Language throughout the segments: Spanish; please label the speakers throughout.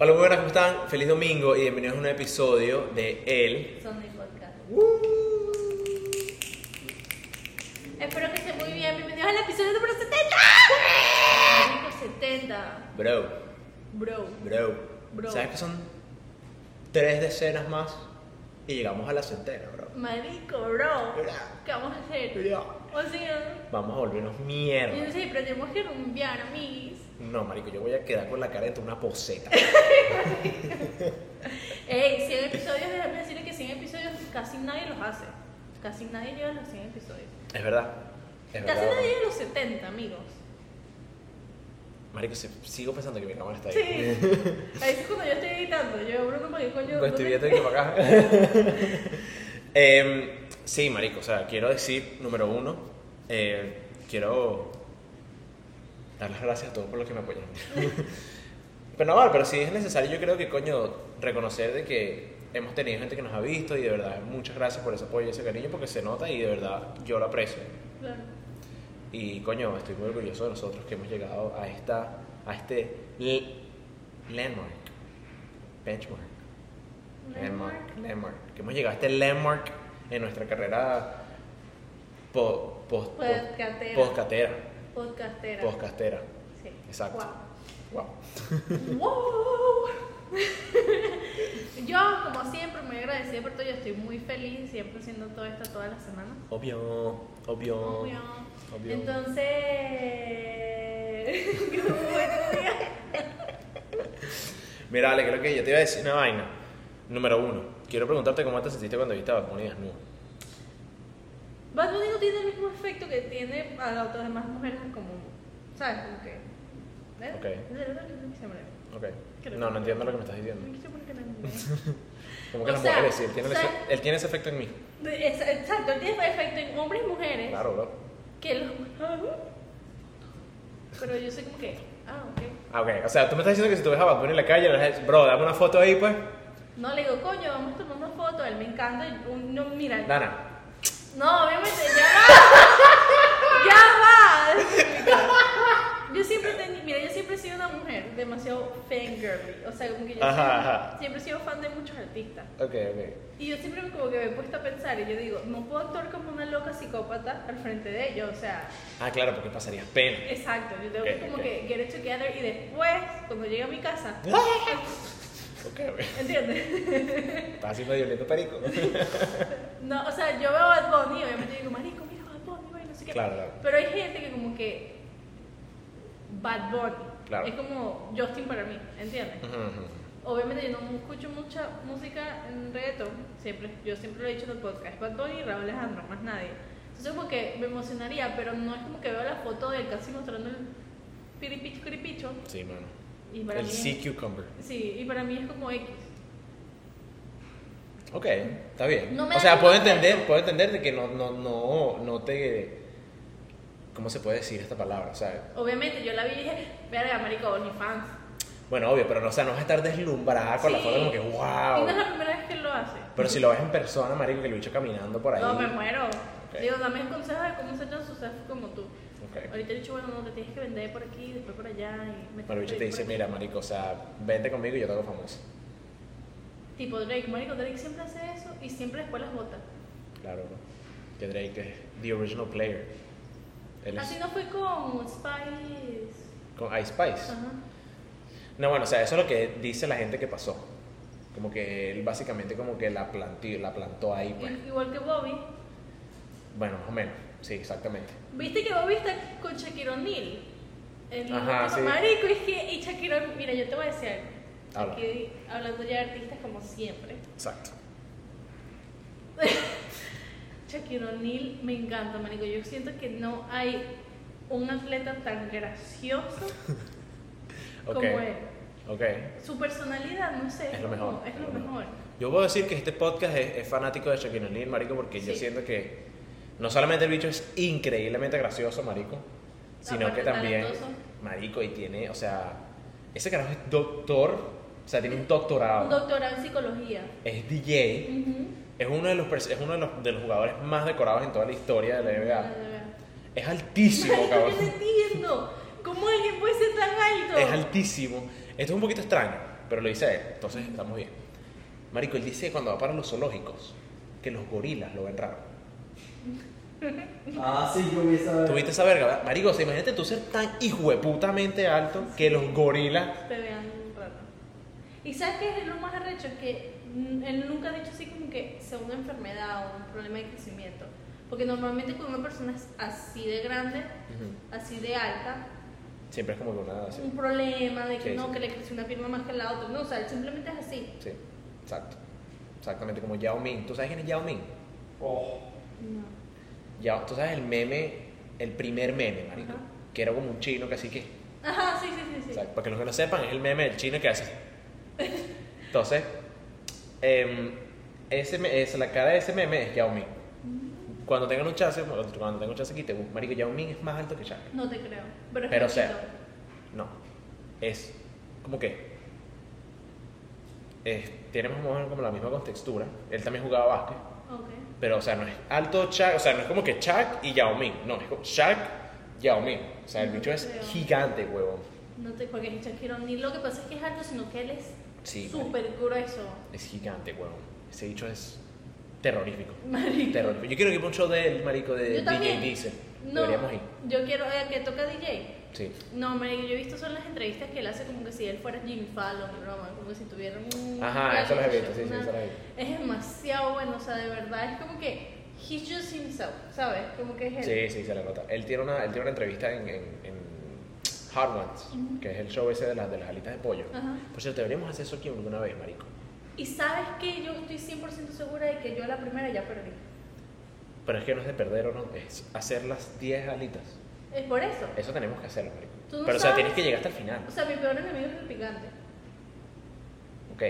Speaker 1: Hola, muy buenas, ¿cómo están? Feliz domingo y bienvenidos a un nuevo episodio de El.
Speaker 2: Son de podcast. Espero que estén muy bien. Bienvenidos al episodio número 70. Marico, 70.
Speaker 1: Bro,
Speaker 2: Bro.
Speaker 1: bro,
Speaker 2: Bro.
Speaker 1: ¿Sabes que son tres decenas más y llegamos a la centena, bro?
Speaker 2: Marico, bro.
Speaker 1: Bro.
Speaker 2: ¿Qué vamos a hacer?
Speaker 1: Bro.
Speaker 2: O sea,
Speaker 1: Vamos a volvernos
Speaker 2: yo no
Speaker 1: mierda.
Speaker 2: sé, pero tenemos que rumbear, amigos.
Speaker 1: No, marico, yo voy a quedar con la cara de una poseta.
Speaker 2: Ey, 100 episodios, déjame decirles que 100 episodios casi nadie los hace. Casi nadie llega a los 100 episodios.
Speaker 1: Es verdad. Es
Speaker 2: Casi
Speaker 1: verdad. bro.
Speaker 2: nadie llega a los 70, amigos.
Speaker 1: Marico, se- sigo pensando que mi cámara está
Speaker 2: Sí.
Speaker 1: ahí.
Speaker 2: Ahí es cuando yo estoy editando. Yo, Bruno, ¿para qué coño?
Speaker 1: Pues estoy
Speaker 2: ¿dónde-
Speaker 1: viendo que para acá. Em, sí, marico, o sea, quiero decir, número uno, eh, quiero dar las gracias a todos por los que me apoyan. pero no, vale, pero si es necesario, yo creo que, coño, reconocer de que hemos tenido gente que nos ha visto y de verdad, muchas gracias por ese apoyo y ese cariño porque se nota y de verdad yo lo aprecio.
Speaker 2: Claro.
Speaker 1: Y, coño, estoy muy orgulloso de nosotros que hemos llegado a, esta, a este l- landmark, benchmark. Landmark, landmark. Que hemos llegado a este landmark en nuestra carrera po, pos- pos-
Speaker 2: Podcastera.
Speaker 1: postcatera,
Speaker 2: Podcastera.
Speaker 1: postcastera.
Speaker 2: Sí.
Speaker 1: Exacto. Wow.
Speaker 2: Guau. Wow. yo, como siempre, muy agradecida por todo. Yo estoy muy feliz siempre haciendo todo esto todas las semanas.
Speaker 1: Obvio, obvio.
Speaker 2: Obvio.
Speaker 1: Obvio.
Speaker 2: Entonces.
Speaker 1: Mira, Ale, creo que yo te iba a decir una vaina. Número uno, quiero preguntarte cómo te sentiste cuando viste a Bad Bunny desnudo.
Speaker 2: Bad Bunny no tiene el mismo efecto que tiene a las otras demás mujeres en común. ¿Sabes? Como que. ¿eh?
Speaker 1: Ok.
Speaker 2: Se me-
Speaker 1: Ok.
Speaker 2: Creo
Speaker 1: No,
Speaker 2: que-
Speaker 1: no entiendo lo que me estás diciendo.
Speaker 2: No sé por qué no-
Speaker 1: Como que
Speaker 2: O
Speaker 1: las
Speaker 2: sea,
Speaker 1: mujeres, sí, él tiene,
Speaker 2: o sea-
Speaker 1: ese, él tiene ese efecto en mí.
Speaker 2: De- es- Exacto, él tiene efecto en hombres y mujeres.
Speaker 1: Claro, bro.
Speaker 2: Que los. Pero yo soy como que. Ah, ok.
Speaker 1: Ah, ok. O sea, tú me estás diciendo que si tú ves a Bad Bunny en la calle, le das- bro, dame una foto ahí, pues.
Speaker 2: No le digo, coño, vamos a tomar una foto. Él me encanta. y un- No, mira.
Speaker 1: Dana,
Speaker 2: No, obviamente, ya va. ya va. Yo siempre he teni- mira, yo siempre he sido una mujer demasiado fangirly. O sea, como que yo
Speaker 1: Ajá,
Speaker 2: siempre-
Speaker 1: ajá.
Speaker 2: siempre he sido fan de muchos artistas.
Speaker 1: Ok, ok.
Speaker 2: Y yo siempre como que me he puesto a pensar y yo digo, no puedo actuar como una loca psicópata al frente de ellos. O sea,
Speaker 1: Ah, claro, porque pasarías pena.
Speaker 2: Exacto, yo tengo
Speaker 1: Ok,
Speaker 2: que como
Speaker 1: ok.
Speaker 2: que get it together y después, cuando llegue a mi casa,
Speaker 1: ok, güey.
Speaker 2: ¿entiendes?
Speaker 1: Estás así medio lento perico.
Speaker 2: No, o sea, yo veo a Bad Bunny y obviamente digo, marico, mira Bad Bunny, güey, no sé qué.
Speaker 1: Claro, claro.
Speaker 2: Pero hay gente que como que Bad Bunny
Speaker 1: Claro.
Speaker 2: es como Justin para mí, ¿entiendes?
Speaker 1: Ujú, ujú.
Speaker 2: Obviamente yo no escucho mucha música en reggaetón, siempre, yo siempre lo he dicho en el podcast, Bad Bunny y Raúl Alejandro, más nadie. Entonces como que me emocionaría, pero no es como que veo la foto de él casi mostrando el piripicho, piripicho.
Speaker 1: sí, mano.
Speaker 2: Y para
Speaker 1: El
Speaker 2: mí es-
Speaker 1: sea cucumber.
Speaker 2: Sí, y para mí es como X.
Speaker 1: Ok, está bien.
Speaker 2: No me
Speaker 1: o
Speaker 2: da
Speaker 1: sea, puedo
Speaker 2: ningún
Speaker 1: entender,
Speaker 2: efecto.
Speaker 1: puedo entender de que no, no, no, no te. ¿Cómo se puede decir esta palabra? O sea,
Speaker 2: Obviamente yo la vi y dije, verga, marico, OnlyFans.
Speaker 1: bueno, obvio, pero no, o sea, no vas a estar deslumbrada con la
Speaker 2: Sí.
Speaker 1: foto como que
Speaker 2: Y no es
Speaker 1: wow.
Speaker 2: la primera vez que lo hace.
Speaker 1: Ah, Pero si lo ves en persona, marico, que lo he hecho caminando por ahí.
Speaker 2: No, me muero.
Speaker 1: Ok.
Speaker 2: Digo, dame consejos de cómo ser tan suceso como tú.
Speaker 1: Ok.
Speaker 2: Ahorita he dicho, bueno, no, te tienes que vender por aquí, después por allá. Y me
Speaker 1: Pero el bicho te
Speaker 2: por
Speaker 1: dice,
Speaker 2: aquí.
Speaker 1: mira, marico, o sea, vente conmigo y yo te hago famoso.
Speaker 2: Tipo Drake, marico, Drake siempre hace eso y siempre después las bota.
Speaker 1: Claro, bro. Que Drake es the original player. Él
Speaker 2: Así
Speaker 1: es
Speaker 2: no fue con Spice.
Speaker 1: con Ice Spice.
Speaker 2: Ajá.
Speaker 1: No, bueno, o sea, eso es lo que dice la gente que pasó. Como que él básicamente como que la plantió, la plantó ahí, pues.
Speaker 2: Y- Igual que Bobby.
Speaker 1: Bueno, más o menos. Sí, exactamente.
Speaker 2: ¿Viste que Bobby está con Shakira O'Neal? El
Speaker 1: Ajá, sí.
Speaker 2: marico, es que, y Shakira, mira, yo te voy a decir,
Speaker 1: Habla.
Speaker 2: aquí hablando ya de artistas como siempre,
Speaker 1: Exacto.
Speaker 2: Shakira O'Neal me encanta, marico, yo siento que no hay un atleta tan gracioso
Speaker 1: Ok.
Speaker 2: como él.
Speaker 1: Ok.
Speaker 2: Su personalidad, no sé,
Speaker 1: Es lo
Speaker 2: como-
Speaker 1: mejor,
Speaker 2: es lo mejor.
Speaker 1: Yo puedo decir que este podcast es, es fanático de Shaquille O'Neal, marico, porque yo
Speaker 2: Sí.
Speaker 1: siento que no solamente el bicho es increíblemente gracioso, marico, sino
Speaker 2: Aparte
Speaker 1: que también,
Speaker 2: talentoso.
Speaker 1: marico, y tiene, o sea, ese carajo es doctor, o sea, tiene un doctorado.
Speaker 2: Un doctorado en psicología.
Speaker 1: es DJ.
Speaker 2: Ujú.
Speaker 1: Es uno, de los, pers- es uno de, los, de los jugadores más decorados en toda la historia de la NBA. Es altísimo,
Speaker 2: Marico, yo no
Speaker 1: cabrón.
Speaker 2: entiendo cómo alguien puede ser tan alto.
Speaker 1: Es altísimo. Esto es un poquito extraño. pero lo dice él, entonces estamos bien. Marico, él dice que cuando va para los zoológicos que los gorilas lo ven raro.
Speaker 3: Ah, sí, yo vi esa.
Speaker 1: Tuviste esa verga, ¿verdad? Marico, o sea, imagínate tú ser tan hijueputamente alto que los gorilas.
Speaker 2: te vean raro. ¿Y sabes qué es lo más arrecho? Es que mm, él nunca ha dicho así como que sea una enfermedad o un problema de crecimiento. Porque normalmente cuando una persona es así de grande,
Speaker 1: Ujú.
Speaker 2: así de alta,
Speaker 1: Siempre es como que una. así.
Speaker 2: un problema de que
Speaker 1: Ah, Sí,
Speaker 2: no,
Speaker 1: sí.
Speaker 2: que le creció una pierna más que la otra. No, o sea, él simplemente es así.
Speaker 1: Sí, exacto. Exactamente como Yao Ming. ¿Tú sabes quién es Yao Ming?
Speaker 3: Oh,
Speaker 2: No.
Speaker 1: Yao, ¿Tú sabes el meme, el primer meme, marico?
Speaker 2: Ajá.
Speaker 1: Que era como un chino que así que.
Speaker 2: Ajá, sí, sí, sí. sí.
Speaker 1: O sea, para que los que no sepan, es el meme del chino que hace. así. Entonces, em, ese, me- es, la cara de ese meme es Yao Ming. Cuando tengan un chance, cuando tengan un chance aquí, te busco. Marico, Yao Ming es más alto que Shaq.
Speaker 2: No te creo. Pero, es
Speaker 1: Pero, o
Speaker 2: flaquito.
Speaker 1: sea, No. Es como que. Es, tiene más o menos como la misma contextura. Él también jugaba básquet.
Speaker 2: Ok.
Speaker 1: Pero, o sea, no es alto Shaq. O sea, no es como que Shaq y Yao Ming. No, es como Shaq, Yao Ming. O sea, el
Speaker 2: No
Speaker 1: bicho es
Speaker 2: creo.
Speaker 1: gigante, huevón.
Speaker 2: No te, porque Shaquille O'Neal lo que pasa es que es alto, sino que él es
Speaker 1: Sí,
Speaker 2: súper grueso.
Speaker 1: Es gigante, huevón. Ese bicho es terrorífico.
Speaker 2: Marico.
Speaker 1: Terrorífico. Yo quiero que ir a un show del marico de
Speaker 2: Yo también.
Speaker 1: DJ Diesel.
Speaker 2: No,
Speaker 1: Deberíamos ir.
Speaker 2: yo quiero eh, que toca DJ.
Speaker 1: Sí.
Speaker 2: No, marico, yo he visto son las entrevistas que él hace como que si él fuera Jimmy Fallon, Roman, como que si tuvieran un...
Speaker 1: Ajá, eso lo he visto. Sí, sí,
Speaker 2: una-
Speaker 1: eso lo he visto.
Speaker 2: Es demasiado bueno, o sea, de verdad, es como que he just himself, ¿sabes? Como que es él.
Speaker 1: Sí, sí, se le nota. Él tiene una, él tiene una entrevista en, en, en Hard Ones,
Speaker 2: Ujú.
Speaker 1: que es el show ese de las, de las alitas de pollo.
Speaker 2: Ajá.
Speaker 1: Por cierto, deberíamos hacer eso aquí alguna vez, marico.
Speaker 2: Y sabes que yo estoy 100% segura de que yo la primera ya perdí.
Speaker 1: Pero es que no es de perder o no, es hacer las 10 alitas.
Speaker 2: Es por eso.
Speaker 1: Eso tenemos que hacerlo, marico.
Speaker 2: Tú no
Speaker 1: Pero, o sea,
Speaker 2: sabes.
Speaker 1: tienes que llegar hasta el final.
Speaker 2: O sea, mi peor enemigo es el picante,
Speaker 1: Ok,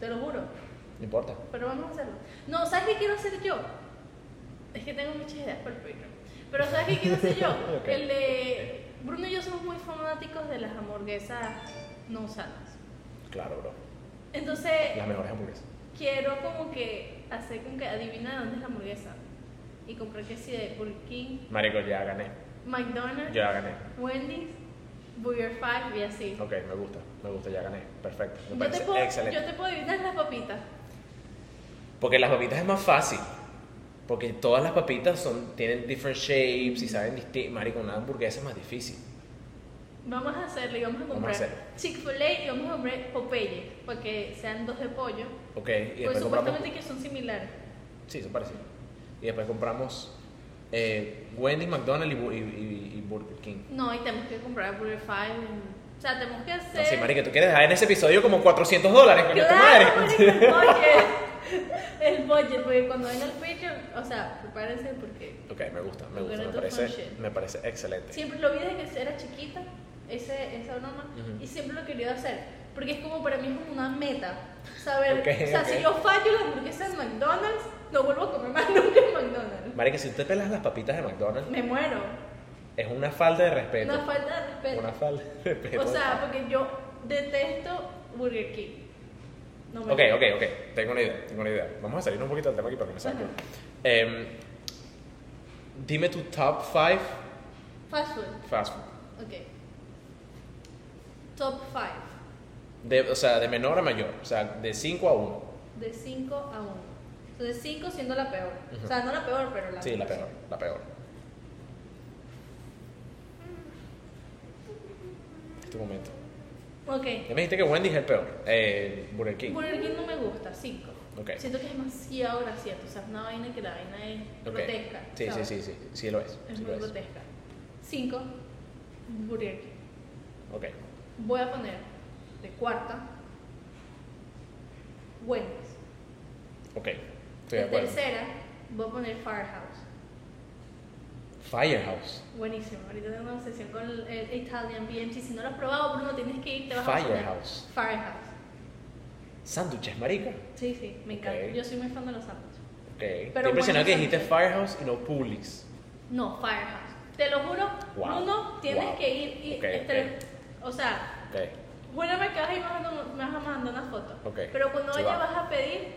Speaker 2: te lo juro.
Speaker 1: no importa.
Speaker 2: Pero vamos a hacerlo. No, ¿sabes qué quiero hacer yo? Es que tengo muchas ideas para el Patreon. Pero ¿sabes qué quiero hacer yo?
Speaker 1: Ok.
Speaker 2: El de... Bruno y yo somos muy fanáticos de las hamburguesas no sanas.
Speaker 1: Claro, bro.
Speaker 2: Entonces,
Speaker 1: Las mejores hamburguesas.
Speaker 2: quiero como que hacer como que adivina de dónde es la hamburguesa. Y comprar que sí de Burger King,
Speaker 1: Marico, ya gané.
Speaker 2: McDonald's,
Speaker 1: Yo ya gané.
Speaker 2: Wendy's, Burger Five y así.
Speaker 1: Ok, me gusta, me gusta, ya gané. Perfecto. Me
Speaker 2: Yo te,
Speaker 1: parece
Speaker 2: puedo,
Speaker 1: excelente.
Speaker 2: yo te puedo adivinar las papitas.
Speaker 1: Porque las papitas es más fácil. Porque todas las papitas son, tienen different shapes y saben distinto. Marico, una hamburguesa es más difícil.
Speaker 2: Vamos a hacerlo y vamos a
Speaker 1: Vamos a
Speaker 2: comprar
Speaker 1: hacerlo.
Speaker 2: Chick-fil-A y vamos a comprar Popeye, para que sean dos de pollo.
Speaker 1: Ok, y
Speaker 2: Pues
Speaker 1: después compramos.
Speaker 2: supuestamente que son similares.
Speaker 1: Sí, son parecidos. Y después compramos eh, Wendy, McDonald's y, Bu- y- y- y Burger King.
Speaker 2: No, y tenemos que comprar Burger Five. O sea, tenemos que hacer.
Speaker 1: No sé, marico, tú quieres dejar en ese episodio como 400 dólares con esta
Speaker 2: Claro,
Speaker 1: madre.
Speaker 2: marico, el budget. El budget, porque cuando venga el Patreon, o sea, prepárense porque
Speaker 1: Ok, me gusta, me
Speaker 2: Tú
Speaker 1: gusta,
Speaker 2: ganas
Speaker 1: me
Speaker 2: tu
Speaker 1: parece,
Speaker 2: function.
Speaker 1: me parece excelente.
Speaker 2: siempre lo vi desde que era chiquita, ese, esa broma,
Speaker 1: Ujú.
Speaker 2: y siempre lo he querido hacer. Porque es como para mí es como una meta. Saber,
Speaker 1: Ok,
Speaker 2: o sea,
Speaker 1: ok.
Speaker 2: si yo fallo la hamburguesa de McDonald's, no vuelvo a comer más nunca en McDonald's.
Speaker 1: Marico, si usted pelas las papitas de McDonald's,
Speaker 2: Me muero.
Speaker 1: es una falta de respeto.
Speaker 2: Una falta de respeto.
Speaker 1: Una falta de respeto.
Speaker 2: O sea, porque yo detesto Burger King. No
Speaker 1: Ok, ok, ok. Tengo una idea, tengo una idea. Vamos a salir un poquito del tema aquí para que me saquen.
Speaker 2: Ajá.
Speaker 1: Em, dime tu top 5
Speaker 2: Fast food.
Speaker 1: fast food.
Speaker 2: Ok. Top 5.
Speaker 1: De- o sea, de menor a mayor. O sea, de 5 a 1.
Speaker 2: De 5 a 1. Entonces 5 siendo la peor.
Speaker 1: Ujú.
Speaker 2: O sea, no la peor, pero la
Speaker 1: Sí, la peor, la peor. Este momento. Ya
Speaker 2: Ok.
Speaker 1: me dijiste que Wendy es el peor. Eh, Burger King.
Speaker 2: Burger King no me gusta. 5.
Speaker 1: Ok.
Speaker 2: Siento que es demasiado grasiento. O sea, es una vaina que la vaina es
Speaker 1: Ok.
Speaker 2: grotesca.
Speaker 1: Sí, sí,
Speaker 2: ¿sabes?
Speaker 1: sí, sí. Sí lo es.
Speaker 2: Es
Speaker 1: sí pues.
Speaker 2: muy
Speaker 1: lo es.
Speaker 2: grotesca. 5. Burger King.
Speaker 1: Ok.
Speaker 2: Voy a poner de cuarta. Wendy's.
Speaker 1: Ok. Estoy de
Speaker 2: la
Speaker 1: acuerdo.
Speaker 2: tercera, voy a poner Firehouse.
Speaker 1: Firehouse.
Speaker 2: Buenísimo. Ahorita tengo una obsesión con el, el Italian BMT. Si no lo has probado, Bruno, tienes que ir. Te vas
Speaker 1: Firehouse.
Speaker 2: a poner. Firehouse.
Speaker 1: Sándwiches, marica.
Speaker 2: Sí, sí, me encanta.
Speaker 1: Ok.
Speaker 2: Yo soy muy fan de los sándwiches.
Speaker 1: Ok. Estoy
Speaker 2: bueno,
Speaker 1: impresionado que dijiste
Speaker 2: sándwiches.
Speaker 1: Firehouse y no Publix.
Speaker 2: No, Firehouse. Te lo juro,
Speaker 1: Wow.
Speaker 2: Bruno, tienes
Speaker 1: Wow.
Speaker 2: que ir. Y
Speaker 1: Ok,
Speaker 2: te- O sea,
Speaker 1: Ok.
Speaker 2: júrame que vas a ir mandando, me vas a mandar una foto.
Speaker 1: Ok,
Speaker 2: Pero cuando
Speaker 1: se
Speaker 2: vayas
Speaker 1: va.
Speaker 2: vas a pedir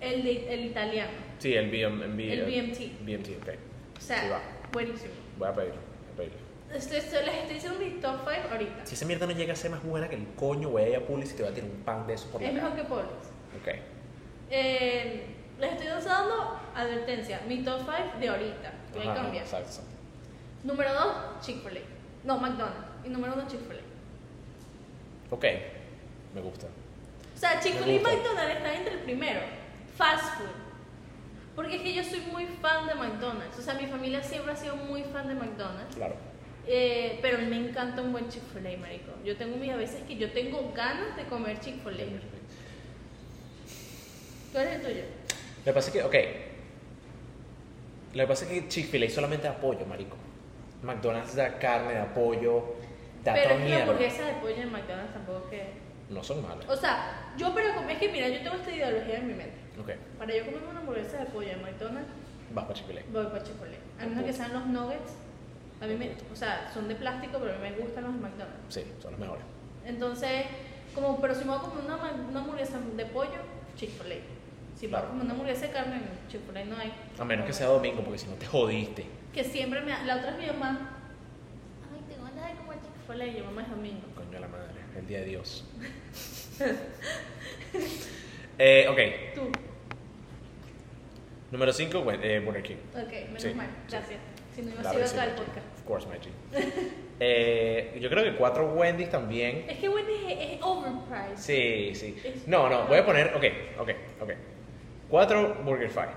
Speaker 2: el, de- el italiano.
Speaker 1: Sí, el BM, BM,
Speaker 2: El BMT.
Speaker 1: BMT, ok.
Speaker 2: O
Speaker 1: Se va.
Speaker 2: sea, buenísimo.
Speaker 1: Voy a pedirlo. Voy a pedirlo.
Speaker 2: Estoy, estoy- les estoy diciendo mi top 5 ahorita.
Speaker 1: Si esa mierda no llega a ser más buena que el coño, voy a ir a Publix y te voy a tirar un pan de eso por la
Speaker 2: es
Speaker 1: cara.
Speaker 2: mejor que Polis.
Speaker 1: Ok.
Speaker 2: Eh, les estoy dando advertencia. Mi top 5 de ahorita. Que ahí
Speaker 1: Ajá,
Speaker 2: cambia.
Speaker 1: Exacto.
Speaker 2: Número 2, Chick-fil-A. No, McDonald's. Y número 1, Chick-fil-A.
Speaker 1: Ok. Me gusta.
Speaker 2: O sea, Chick-fil-A
Speaker 1: Me
Speaker 2: y
Speaker 1: gusta.
Speaker 2: McDonald's están entre el primero. Fast food. Porque es que yo soy muy fan de McDonald's. O sea, mi familia siempre ha sido muy fan de McDonald's.
Speaker 1: Claro.
Speaker 2: Eh, pero me encanta un buen Chick-fil-A, marico. Yo tengo mis a veces que yo tengo ganas de comer Chick-fil-A. ¿Cuál es el tuyo?
Speaker 1: Lo que pasa es que, ok. Lo que pasa es que Chick-fil-A solamente da pollo, marico. McDonald's da carne, da pollo, da toda
Speaker 2: pero es que la
Speaker 1: mierda.
Speaker 2: hamburguesa de pollo en McDonald's tampoco que...
Speaker 1: No son malas.
Speaker 2: O sea, yo para comer... Es que mira, yo tengo esta ideología en mi mente.
Speaker 1: Ok.
Speaker 2: Para yo comerme una hamburguesa de pollo en McDonald's,
Speaker 1: Vas para Chick-fil-A.
Speaker 2: Voy para Chick-fil-A. A menos que sean los nuggets. A mí me, o sea, son de plástico, pero a mí me gustan los de McDonald's.
Speaker 1: Sí, son los mejores.
Speaker 2: Entonces, como, pero si me voy a comer una, ma- una hamburguesa de pollo, Chick-fil-A. Si me voy a comer una hamburguesa de carne, Chick-fil-A no hay.
Speaker 1: A menos que sea domingo, porque si no te jodiste.
Speaker 2: Que siempre me. La otra es mi mamá. Ay, tengo ganas de comer Chick-fil-A. Y yo, mamá, es domingo.
Speaker 1: Coño de la madre, el día de Dios. eh, ok.
Speaker 2: Tú.
Speaker 1: Número 5, eh, Burger King.
Speaker 2: Ok, menos
Speaker 1: Sí,
Speaker 2: mal.
Speaker 1: sí.
Speaker 2: Gracias. Si no, iba a
Speaker 1: Claro que sí,
Speaker 2: ser acá el
Speaker 1: Burger King.
Speaker 2: podcast.
Speaker 1: Of course, my G. Eh, yo creo que cuatro Wendy's también.
Speaker 2: Es que Wendy es, es overpriced.
Speaker 1: Sí, sí.
Speaker 2: Es-
Speaker 1: No, no, voy a poner. Ok, ok, ok. Cuatro Burger Fight.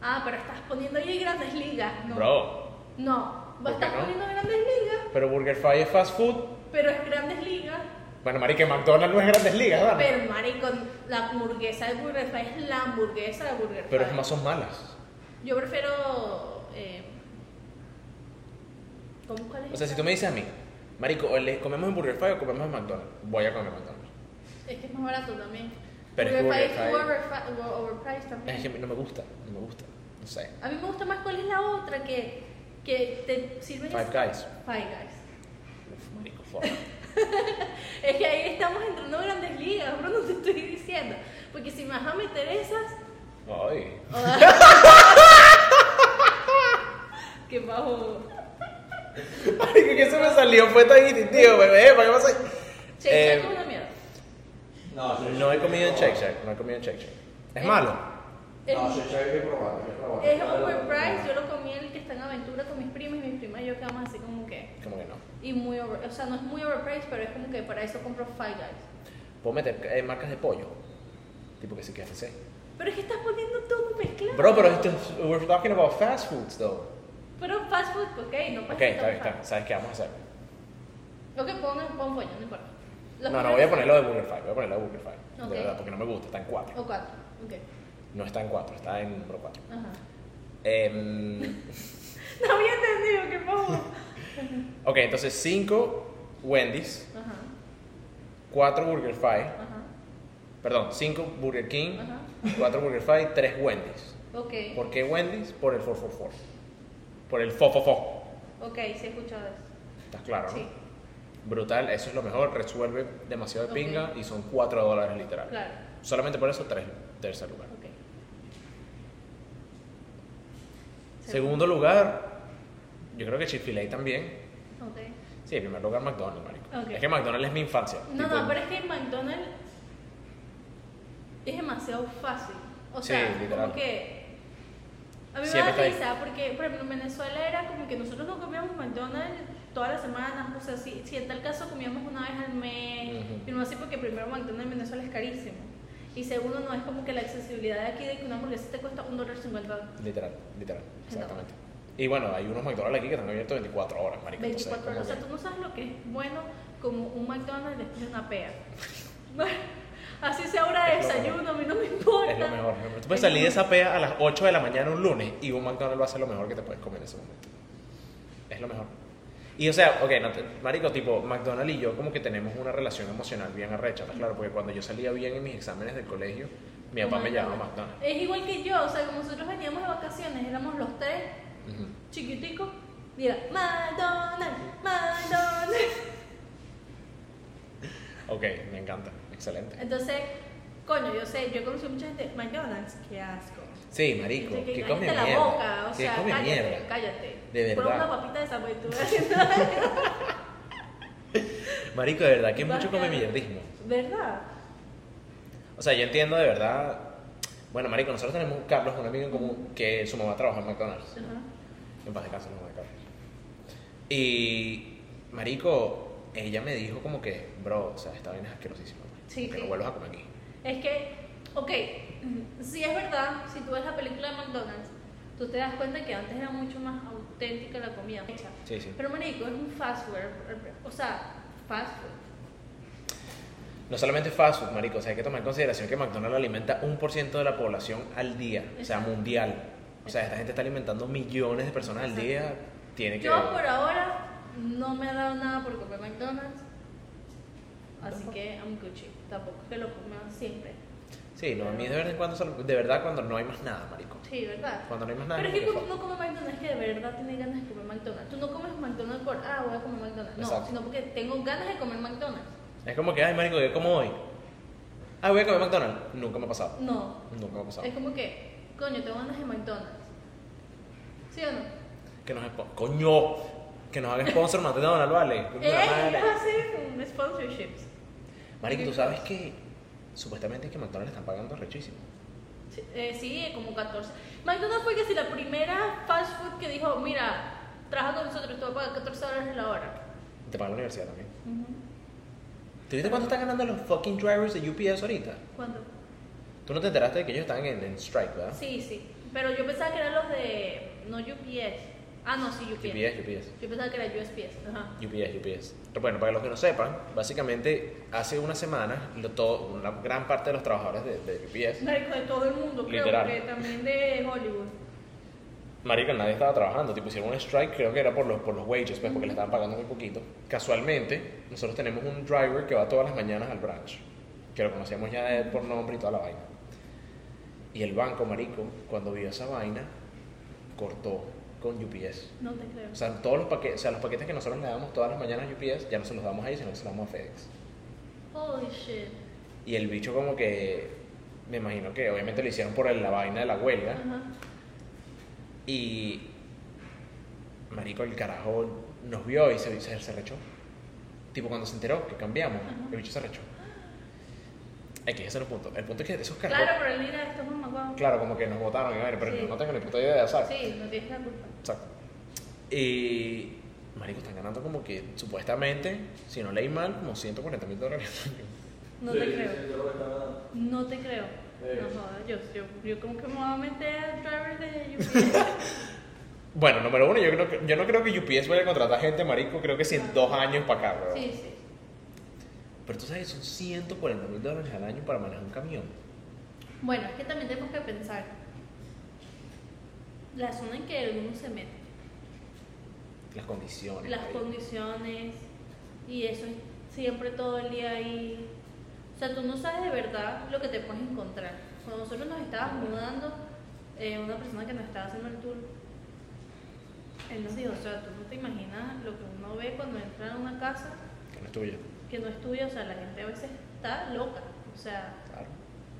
Speaker 2: Ah, pero estás poniendo ahí grandes ligas, ¿no?
Speaker 1: Bro.
Speaker 2: No,
Speaker 1: ¿Por
Speaker 2: estás
Speaker 1: qué no?
Speaker 2: poniendo grandes ligas,
Speaker 1: Pero Burger Fight es fast food.
Speaker 2: pero es grandes ligas.
Speaker 1: Bueno, marica, McDonald's no es grandes ligas, ¿verdad? Pero,
Speaker 2: Pero marico, la hamburguesa de Burger Fry es la hamburguesa de Burger Fry.
Speaker 1: es más, son malas.
Speaker 2: Yo prefiero. Eh, ¿Cómo cuál es?
Speaker 1: O sea,
Speaker 2: esa?
Speaker 1: si tú me dices a mí, marico, o le comemos en Burger Fight o comemos en McDonald's, voy a comer McDonald's.
Speaker 2: Es que es más barato también.
Speaker 1: Pero es
Speaker 2: Burger Fry
Speaker 1: Burger
Speaker 2: es
Speaker 1: Fry.
Speaker 2: overfi- o- overpriced también.
Speaker 1: Es que no me gusta, no me gusta. No sé.
Speaker 2: A mí me gusta más cuál es la otra que, que te sirve.
Speaker 1: Five Guys.
Speaker 2: Five Guys.
Speaker 1: Uf, marico, fuck.
Speaker 2: Es que ahí estamos entrando a grandes ligas, bro, no te estoy diciendo. Porque si me vas a meter esas.
Speaker 1: Ay.
Speaker 2: Qué bajo.
Speaker 1: Marico, que eso me salió, fue tan instintivo, bebé. ¿Para qué pasa?
Speaker 2: Shake
Speaker 1: Eh,
Speaker 2: Shack es una mierda.
Speaker 3: No, Shake
Speaker 1: No he
Speaker 3: Shack
Speaker 1: comido en
Speaker 3: no.
Speaker 1: Shake Shack, no he comido en Shake Shack. ¿Es
Speaker 2: Eh.
Speaker 1: malo?
Speaker 2: Es,
Speaker 3: No, Shake Shack hay que probarlo, hay que probarlo.
Speaker 2: es overpriced. Yo lo comí el que está en aventura con mis primas y mis primas y yo quedamos así como que.
Speaker 1: Como que no.
Speaker 2: Y muy over. O sea, no es muy overpriced, pero es como que para eso compro Five Guys.
Speaker 1: Puedo meter eh, marcas de pollo. Tipo que sí que FC.
Speaker 2: Pero es que estás poniendo todo mezclado.
Speaker 1: Bro, pero esto es- we're talking about fast foods though.
Speaker 2: Pero fast food, ok, no pasa
Speaker 1: Ok, está
Speaker 2: nada.
Speaker 1: bien, está bien. ¿Sabes qué vamos a hacer?
Speaker 2: Lo que pongan, pon pollo, no importa. Los
Speaker 1: No, no,
Speaker 2: primeros-
Speaker 1: voy a ponerlo de Burger Fight, voy a ponerlo de Burger Fight.
Speaker 2: Ok.
Speaker 1: De verdad, porque no me gusta, está en 4.
Speaker 2: O cuatro, ok.
Speaker 1: No está en 4, está en Em, número 4.
Speaker 2: Ajá. No había entendido, qué poco.
Speaker 1: ok, entonces 5 Wendy's,
Speaker 2: Ajá,
Speaker 1: 4 Burger Fight,
Speaker 2: ajá,
Speaker 1: perdón, 5 Burger King,
Speaker 2: ajá.
Speaker 1: 4 Burger Fight, 3 Wendy's.
Speaker 2: Ok,
Speaker 1: ¿Por qué Wendy's? Por el 444. Por el fofofo.
Speaker 2: ok, sí he escuchado eso.
Speaker 1: ¿Estás claro, no?
Speaker 2: Sí,
Speaker 1: Brutal, eso es lo mejor, resuelve demasiado de
Speaker 2: Ok.
Speaker 1: pinga y son 4 dólares literal.
Speaker 2: claro,
Speaker 1: Solamente por eso, tres, tercer lugar.
Speaker 2: ok.
Speaker 1: Segundo lugar, yo creo que Chick-fil-A también.
Speaker 2: Ok.
Speaker 1: Sí, en primer lugar McDonald's, marico.
Speaker 2: Ok.
Speaker 1: Es que McDonald's es mi infancia.
Speaker 2: No,
Speaker 1: Tipo,
Speaker 2: no, pero es que McDonald's es demasiado fácil. O
Speaker 1: Sí,
Speaker 2: sea,
Speaker 1: literal.
Speaker 2: como que. A mí
Speaker 1: Siempre
Speaker 2: me
Speaker 1: está
Speaker 2: da
Speaker 1: ahí.
Speaker 2: risa porque, por ejemplo, en Venezuela era como que nosotros no comíamos McDonald's todas las semanas. O sea, si, si en tal caso comíamos una vez al mes.
Speaker 1: Ujú.
Speaker 2: Y no así porque, primero, McDonald's en Venezuela es carísimo. Y segundo, no es como que la accesibilidad de aquí de que una hamburguesa te cuesta un dólar cincuenta.
Speaker 1: Literal, literal, exactamente. Y bueno, hay unos McDonald's aquí que están abiertos 24 horas, marico. entonces,
Speaker 2: 24 horas. O sea,
Speaker 1: como
Speaker 2: tú no sabes lo que es bueno como un McDonald's después de una pea. Así sea hora de
Speaker 1: Es lo
Speaker 2: desayuno, a mí no me
Speaker 1: que
Speaker 2: importa.
Speaker 1: Es lo mejor. es lo mejor. Tú puedes salir de esa pea a las 8 de la mañana un lunes y un McDonald's va a ser lo mejor que te puedes comer en ese momento. Es lo mejor. Y o sea, ok, no te- marico, tipo, McDonald's y yo como que tenemos una relación emocional bien arrecha, ¿estás claro? Porque cuando yo salía bien en mis exámenes del colegio, mi papá me llevaba a McDonald's.
Speaker 2: Es igual que yo, o sea, como nosotros veníamos de vacaciones, éramos los tres
Speaker 1: Ujú.
Speaker 2: chiquiticos, y era McDonald's, McDonald's.
Speaker 1: Ok, me encanta, excelente.
Speaker 2: Entonces, coño, yo sé, yo conocí mucha gente, McDonald's, qué asco.
Speaker 1: Sí, marico,
Speaker 2: Dice
Speaker 1: que
Speaker 2: cállate
Speaker 1: come
Speaker 2: la
Speaker 1: mierda.
Speaker 2: boca, o
Speaker 1: que
Speaker 2: sea,
Speaker 1: come
Speaker 2: cállate,
Speaker 1: mierda.
Speaker 2: cállate.
Speaker 1: De
Speaker 2: Pon
Speaker 1: verdad.
Speaker 2: una papita de salvo y tú vas haciendo-
Speaker 1: Marico, de verdad que mucho come
Speaker 2: Basta.
Speaker 1: mierdismo.
Speaker 2: ¿Verdad?
Speaker 1: O sea, yo entiendo de verdad. Bueno, marico, nosotros tenemos un Carlos, un amigo en común, que su mamá trabaja en McDonald's.
Speaker 2: Ajá.
Speaker 1: En paz de casa, mamá de Carlos. Y, marico, ella me dijo como que, bro, o sea, esta vaina es asquerosísima. marico,
Speaker 2: Sí,
Speaker 1: que
Speaker 2: sí.
Speaker 1: no vuelvas a comer aquí.
Speaker 2: Es que, ok, si es verdad, si tú ves la película de McDonald's, tú te das cuenta que antes era mucho más auténtica la comida hecha.
Speaker 1: Sí, sí.
Speaker 2: Pero marico, es un fast food, o sea, fast food.
Speaker 1: No solamente fast food, marico, o sea, hay que tomar en consideración que McDonald's alimenta un por ciento de la población al día, o sea,
Speaker 2: Exacto.
Speaker 1: mundial. O sea, esta gente está alimentando millones de personas al
Speaker 2: Exacto.
Speaker 1: día. Tiene que.
Speaker 2: Yo por ahora no me ha dado nada por comer McDonald's, así que I'm Gucci. Tampoco es que lo coma siempre.
Speaker 1: Sí, no, a mí de vez en cuando, solo- de verdad, cuando no hay más nada, marico.
Speaker 2: Sí, ¿verdad?
Speaker 1: Cuando no hay más nada.
Speaker 2: Pero es que
Speaker 1: como
Speaker 2: cuando
Speaker 1: que
Speaker 2: uno come McDonald's es que de verdad tiene ganas de comer McDonald's. Tú no comes McDonald's por, ah, voy a comer McDonald's. No,
Speaker 1: Exacto.
Speaker 2: sino porque tengo ganas de comer McDonald's.
Speaker 1: fa- Es como que, ay, marico, ¿qué como hoy? Ah, voy a comer McDonald's. Nunca me ha pasado.
Speaker 2: No,
Speaker 1: Nunca me ha pasado.
Speaker 2: Es como que, coño, tengo ganas de McDonald's. ¿Sí o no?
Speaker 1: Que nos espo- ¡Coño! Que nos hagan sponsor McDonald's, ¿vale? Coño, la
Speaker 2: ¡Ey!
Speaker 1: madre.
Speaker 2: Eh, Ellos hacen sponsorships.
Speaker 1: Marico, ¿tú sabes que supuestamente que McDonald's le están pagando rechísimo?
Speaker 2: Sí, eh, sí, como 14. McDonald's fue que si la primera fast food que dijo, mira, trabaja con nosotros, te voy a pagar 14 dólares la hora.
Speaker 1: Te pagan la universidad también. ¿Tú viste cuánto están ganando los fucking drivers de UPS ahorita?
Speaker 2: ¿Cuándo?
Speaker 1: Tú no te enteraste de que ellos están en, en strike, ¿verdad?
Speaker 2: Sí, sí. Pero yo pensaba que eran los de, no UPS. Ah, no, sí, UPS.
Speaker 1: UPS, UPS.
Speaker 2: Yo pensaba que era USPS. Ajá.
Speaker 1: UPS, UPS. Pero Bueno, para los que no sepan, básicamente hace una semana lo- todo- una gran parte de los trabajadores de, de UPS,
Speaker 2: Marico, de todo el mundo, creo,
Speaker 1: Literal.
Speaker 2: porque también de Hollywood.
Speaker 1: marica, nadie estaba trabajando, tipo hicieron un strike, creo que era por los, por los wages, pues porque le estaban pagando muy poquito. Casualmente, nosotros tenemos un driver que va todas las mañanas al branch, que lo conocemos ya de- por nombre y toda la vaina. Y el banco, marico, cuando vio esa vaina, cortó con UPS.
Speaker 2: No te creo.
Speaker 1: O sea, todos los paquetes, o sea, los paquetes que nosotros le damos todas las mañanas a UPS, ya no se los damos a ellos, sino que se los damos a FedEx.
Speaker 2: Holy shit.
Speaker 1: Y el bicho como que, me imagino que obviamente lo hicieron por el- la vaina de la huelga.
Speaker 2: Ajá.
Speaker 1: Y, marico, el carajo nos vio y se, se, se rechó. Tipo, cuando se enteró que cambiamos,
Speaker 2: Ajá.
Speaker 1: el bicho se rechó. Aquí, ese no es el punto. El punto es que esos carajos...
Speaker 2: Claro, pero él dirá, esto es mamaguau.
Speaker 1: Claro, como que nos votaron, y, a ver, pero
Speaker 2: Sí.
Speaker 1: no tengo ni puta idea, ¿sabes?
Speaker 2: Sí, no tienes la culpa.
Speaker 1: Exacto. Y. Marico, están ganando como que supuestamente, si no leí mal, como 140 mil dólares.
Speaker 2: No
Speaker 3: Sí,
Speaker 2: te
Speaker 3: sí,
Speaker 2: creo.
Speaker 3: sí, yo lo que estaba dando.
Speaker 2: No te creo.
Speaker 3: Eh.
Speaker 2: No jodas, yo, yo, yo como que me voy a meter al driver de UPS.
Speaker 1: Bueno, número uno, yo, creo que- yo no creo que UPS vaya a contratar gente, marico, creo que si en dos años para acá, weón.
Speaker 2: sí, sí.
Speaker 1: Pero tú sabes, son 140 mil dólares al año para manejar un camión.
Speaker 2: Bueno, es que también tenemos que pensar la zona en que uno se mete,
Speaker 1: Las condiciones.
Speaker 2: las
Speaker 1: marico.
Speaker 2: condiciones y eso es siempre todo el día ahí. O sea, tú no sabes de verdad lo que te puedes encontrar. Cuando nosotros nos estábamos mudando, eh, una persona que nos estaba haciendo el tour, él nos dijo, o sea, tú no te imaginas lo que uno ve cuando entra a una casa
Speaker 1: Que no es tuya.
Speaker 2: que no es tuya, o sea, la gente a veces está loca. O sea,
Speaker 1: Claro.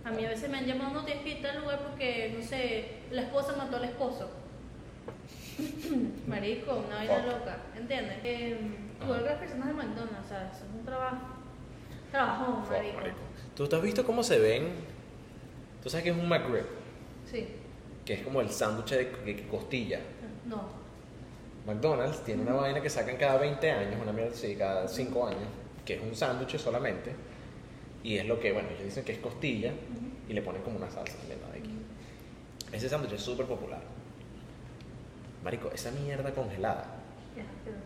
Speaker 2: a mí a veces me han llamado, no tienes que irte al lugar porque, no sé, la esposa mató al esposo. Marico, una vaina
Speaker 1: Fuck.
Speaker 2: loca, ¿entiendes? Eh, igual que las personas de McDonald's, o sea, eso es un trabajo. Trabajón,
Speaker 1: Fuck,
Speaker 2: Ah, marico.
Speaker 1: marico. ¿Tú te has visto cómo se ven? Tú sabes que es un McRib,
Speaker 2: Sí,
Speaker 1: que es como el sándwich de, de costilla.
Speaker 2: no.
Speaker 1: McDonald's tiene una vaina que sacan cada 20 años, una mierda así, cada 5 años, que es un sándwich solamente. Y es lo que, bueno, ellos dicen que es costilla y le ponen como una salsa también, ¿no? Aquí. Ese sándwich es súper popular. Marico, esa mierda congelada.
Speaker 2: Ya, pero-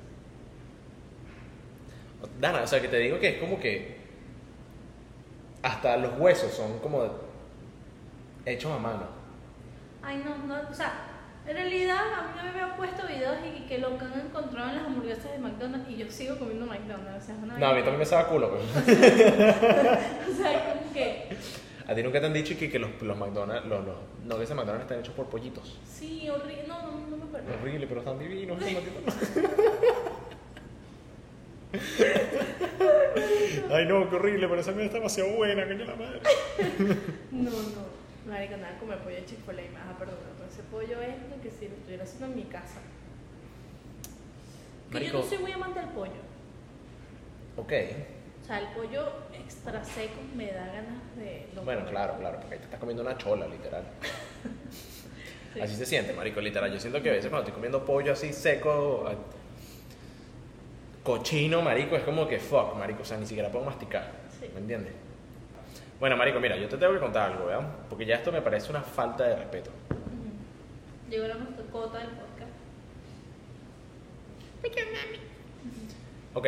Speaker 1: Dana, o sea, que te digo que es como que. Hasta los huesos son como. hechos a mano.
Speaker 2: Ay, no, no, o sea, en realidad a mí no me han puesto videos y que lo que han encontrado en las hamburguesas de McDonald's y yo sigo comiendo McDonald's, o sea, es una
Speaker 1: No, a mí
Speaker 2: vaina-
Speaker 1: también me sabe a culo, pues.
Speaker 2: O sea, como que,
Speaker 1: A ti nunca te han dicho que, que los, los McDonald's, los, los nuggets de McDonald's están hechos por pollitos.
Speaker 2: sí, horrible, no, no, no me acuerdo.
Speaker 1: Horrible, pero tan divino. Ay no, qué horrible, pero esa mía está demasiado buena, coño la madre.
Speaker 2: No, no, Marico, nada, comer pollo de Chick-fil-A y más, ah, perdón, pero ese pollo es como que si lo estuviera haciendo en mi casa. Que yo
Speaker 1: Marico.
Speaker 2: no soy muy amante del pollo.
Speaker 1: Ok.
Speaker 2: O sea, el pollo extra seco me da ganas de... no
Speaker 1: Bueno,
Speaker 2: comer.
Speaker 1: claro, claro, porque ahí te estás comiendo una chola, literal.
Speaker 2: Sí.
Speaker 1: Así se siente, marico, literal. Yo siento que a veces cuando estoy comiendo pollo así seco, a- cochino, marico, es como que fuck, marico. O sea, ni siquiera puedo masticar.
Speaker 2: Sí.
Speaker 1: ¿Me entiendes? Bueno, marico, mira, yo te tengo que contar algo, ¿verdad? Porque ya esto me parece una falta de respeto.
Speaker 2: Ujú. Llegó la mascota del podcast.
Speaker 1: Ok,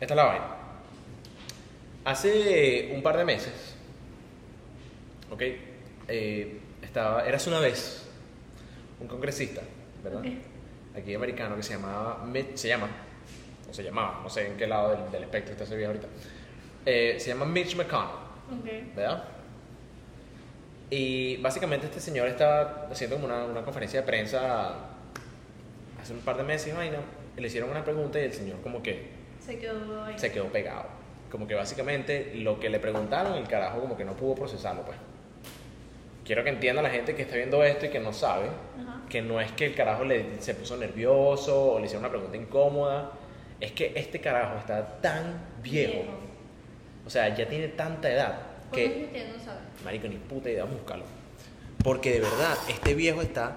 Speaker 1: esta es la vaina. Hace un par de meses, ok, eh, estaba, eras una vez, un congresista, ¿verdad?
Speaker 2: Ok.
Speaker 1: Aquí americano que se llamaba, Mitch, se llama, o se llamaba, no sé en qué lado del, del espectro está ese viejo ahorita. Eh, se llama Mitch McConnell.
Speaker 2: Ok.
Speaker 1: ¿verdad? Y básicamente este señor estaba haciendo como una, una conferencia de prensa hace un par de meses, vaina, y le hicieron una pregunta y el señor como que
Speaker 2: Se quedó ahí.
Speaker 1: se quedó pegado. Como que básicamente lo que le preguntaron, el carajo como que no pudo procesarlo, pues. Quiero que entienda la gente que está viendo esto y que no sabe,
Speaker 2: Ajá.
Speaker 1: que no es que el carajo le, se puso nervioso o le hicieron una pregunta incómoda, es que este carajo está tan viejo, o sea, ya tiene tanta edad que...
Speaker 2: ¿Cuántos años tiene? No sabe.
Speaker 1: Marico, ni puta idea, búscalo. Porque de verdad, este viejo está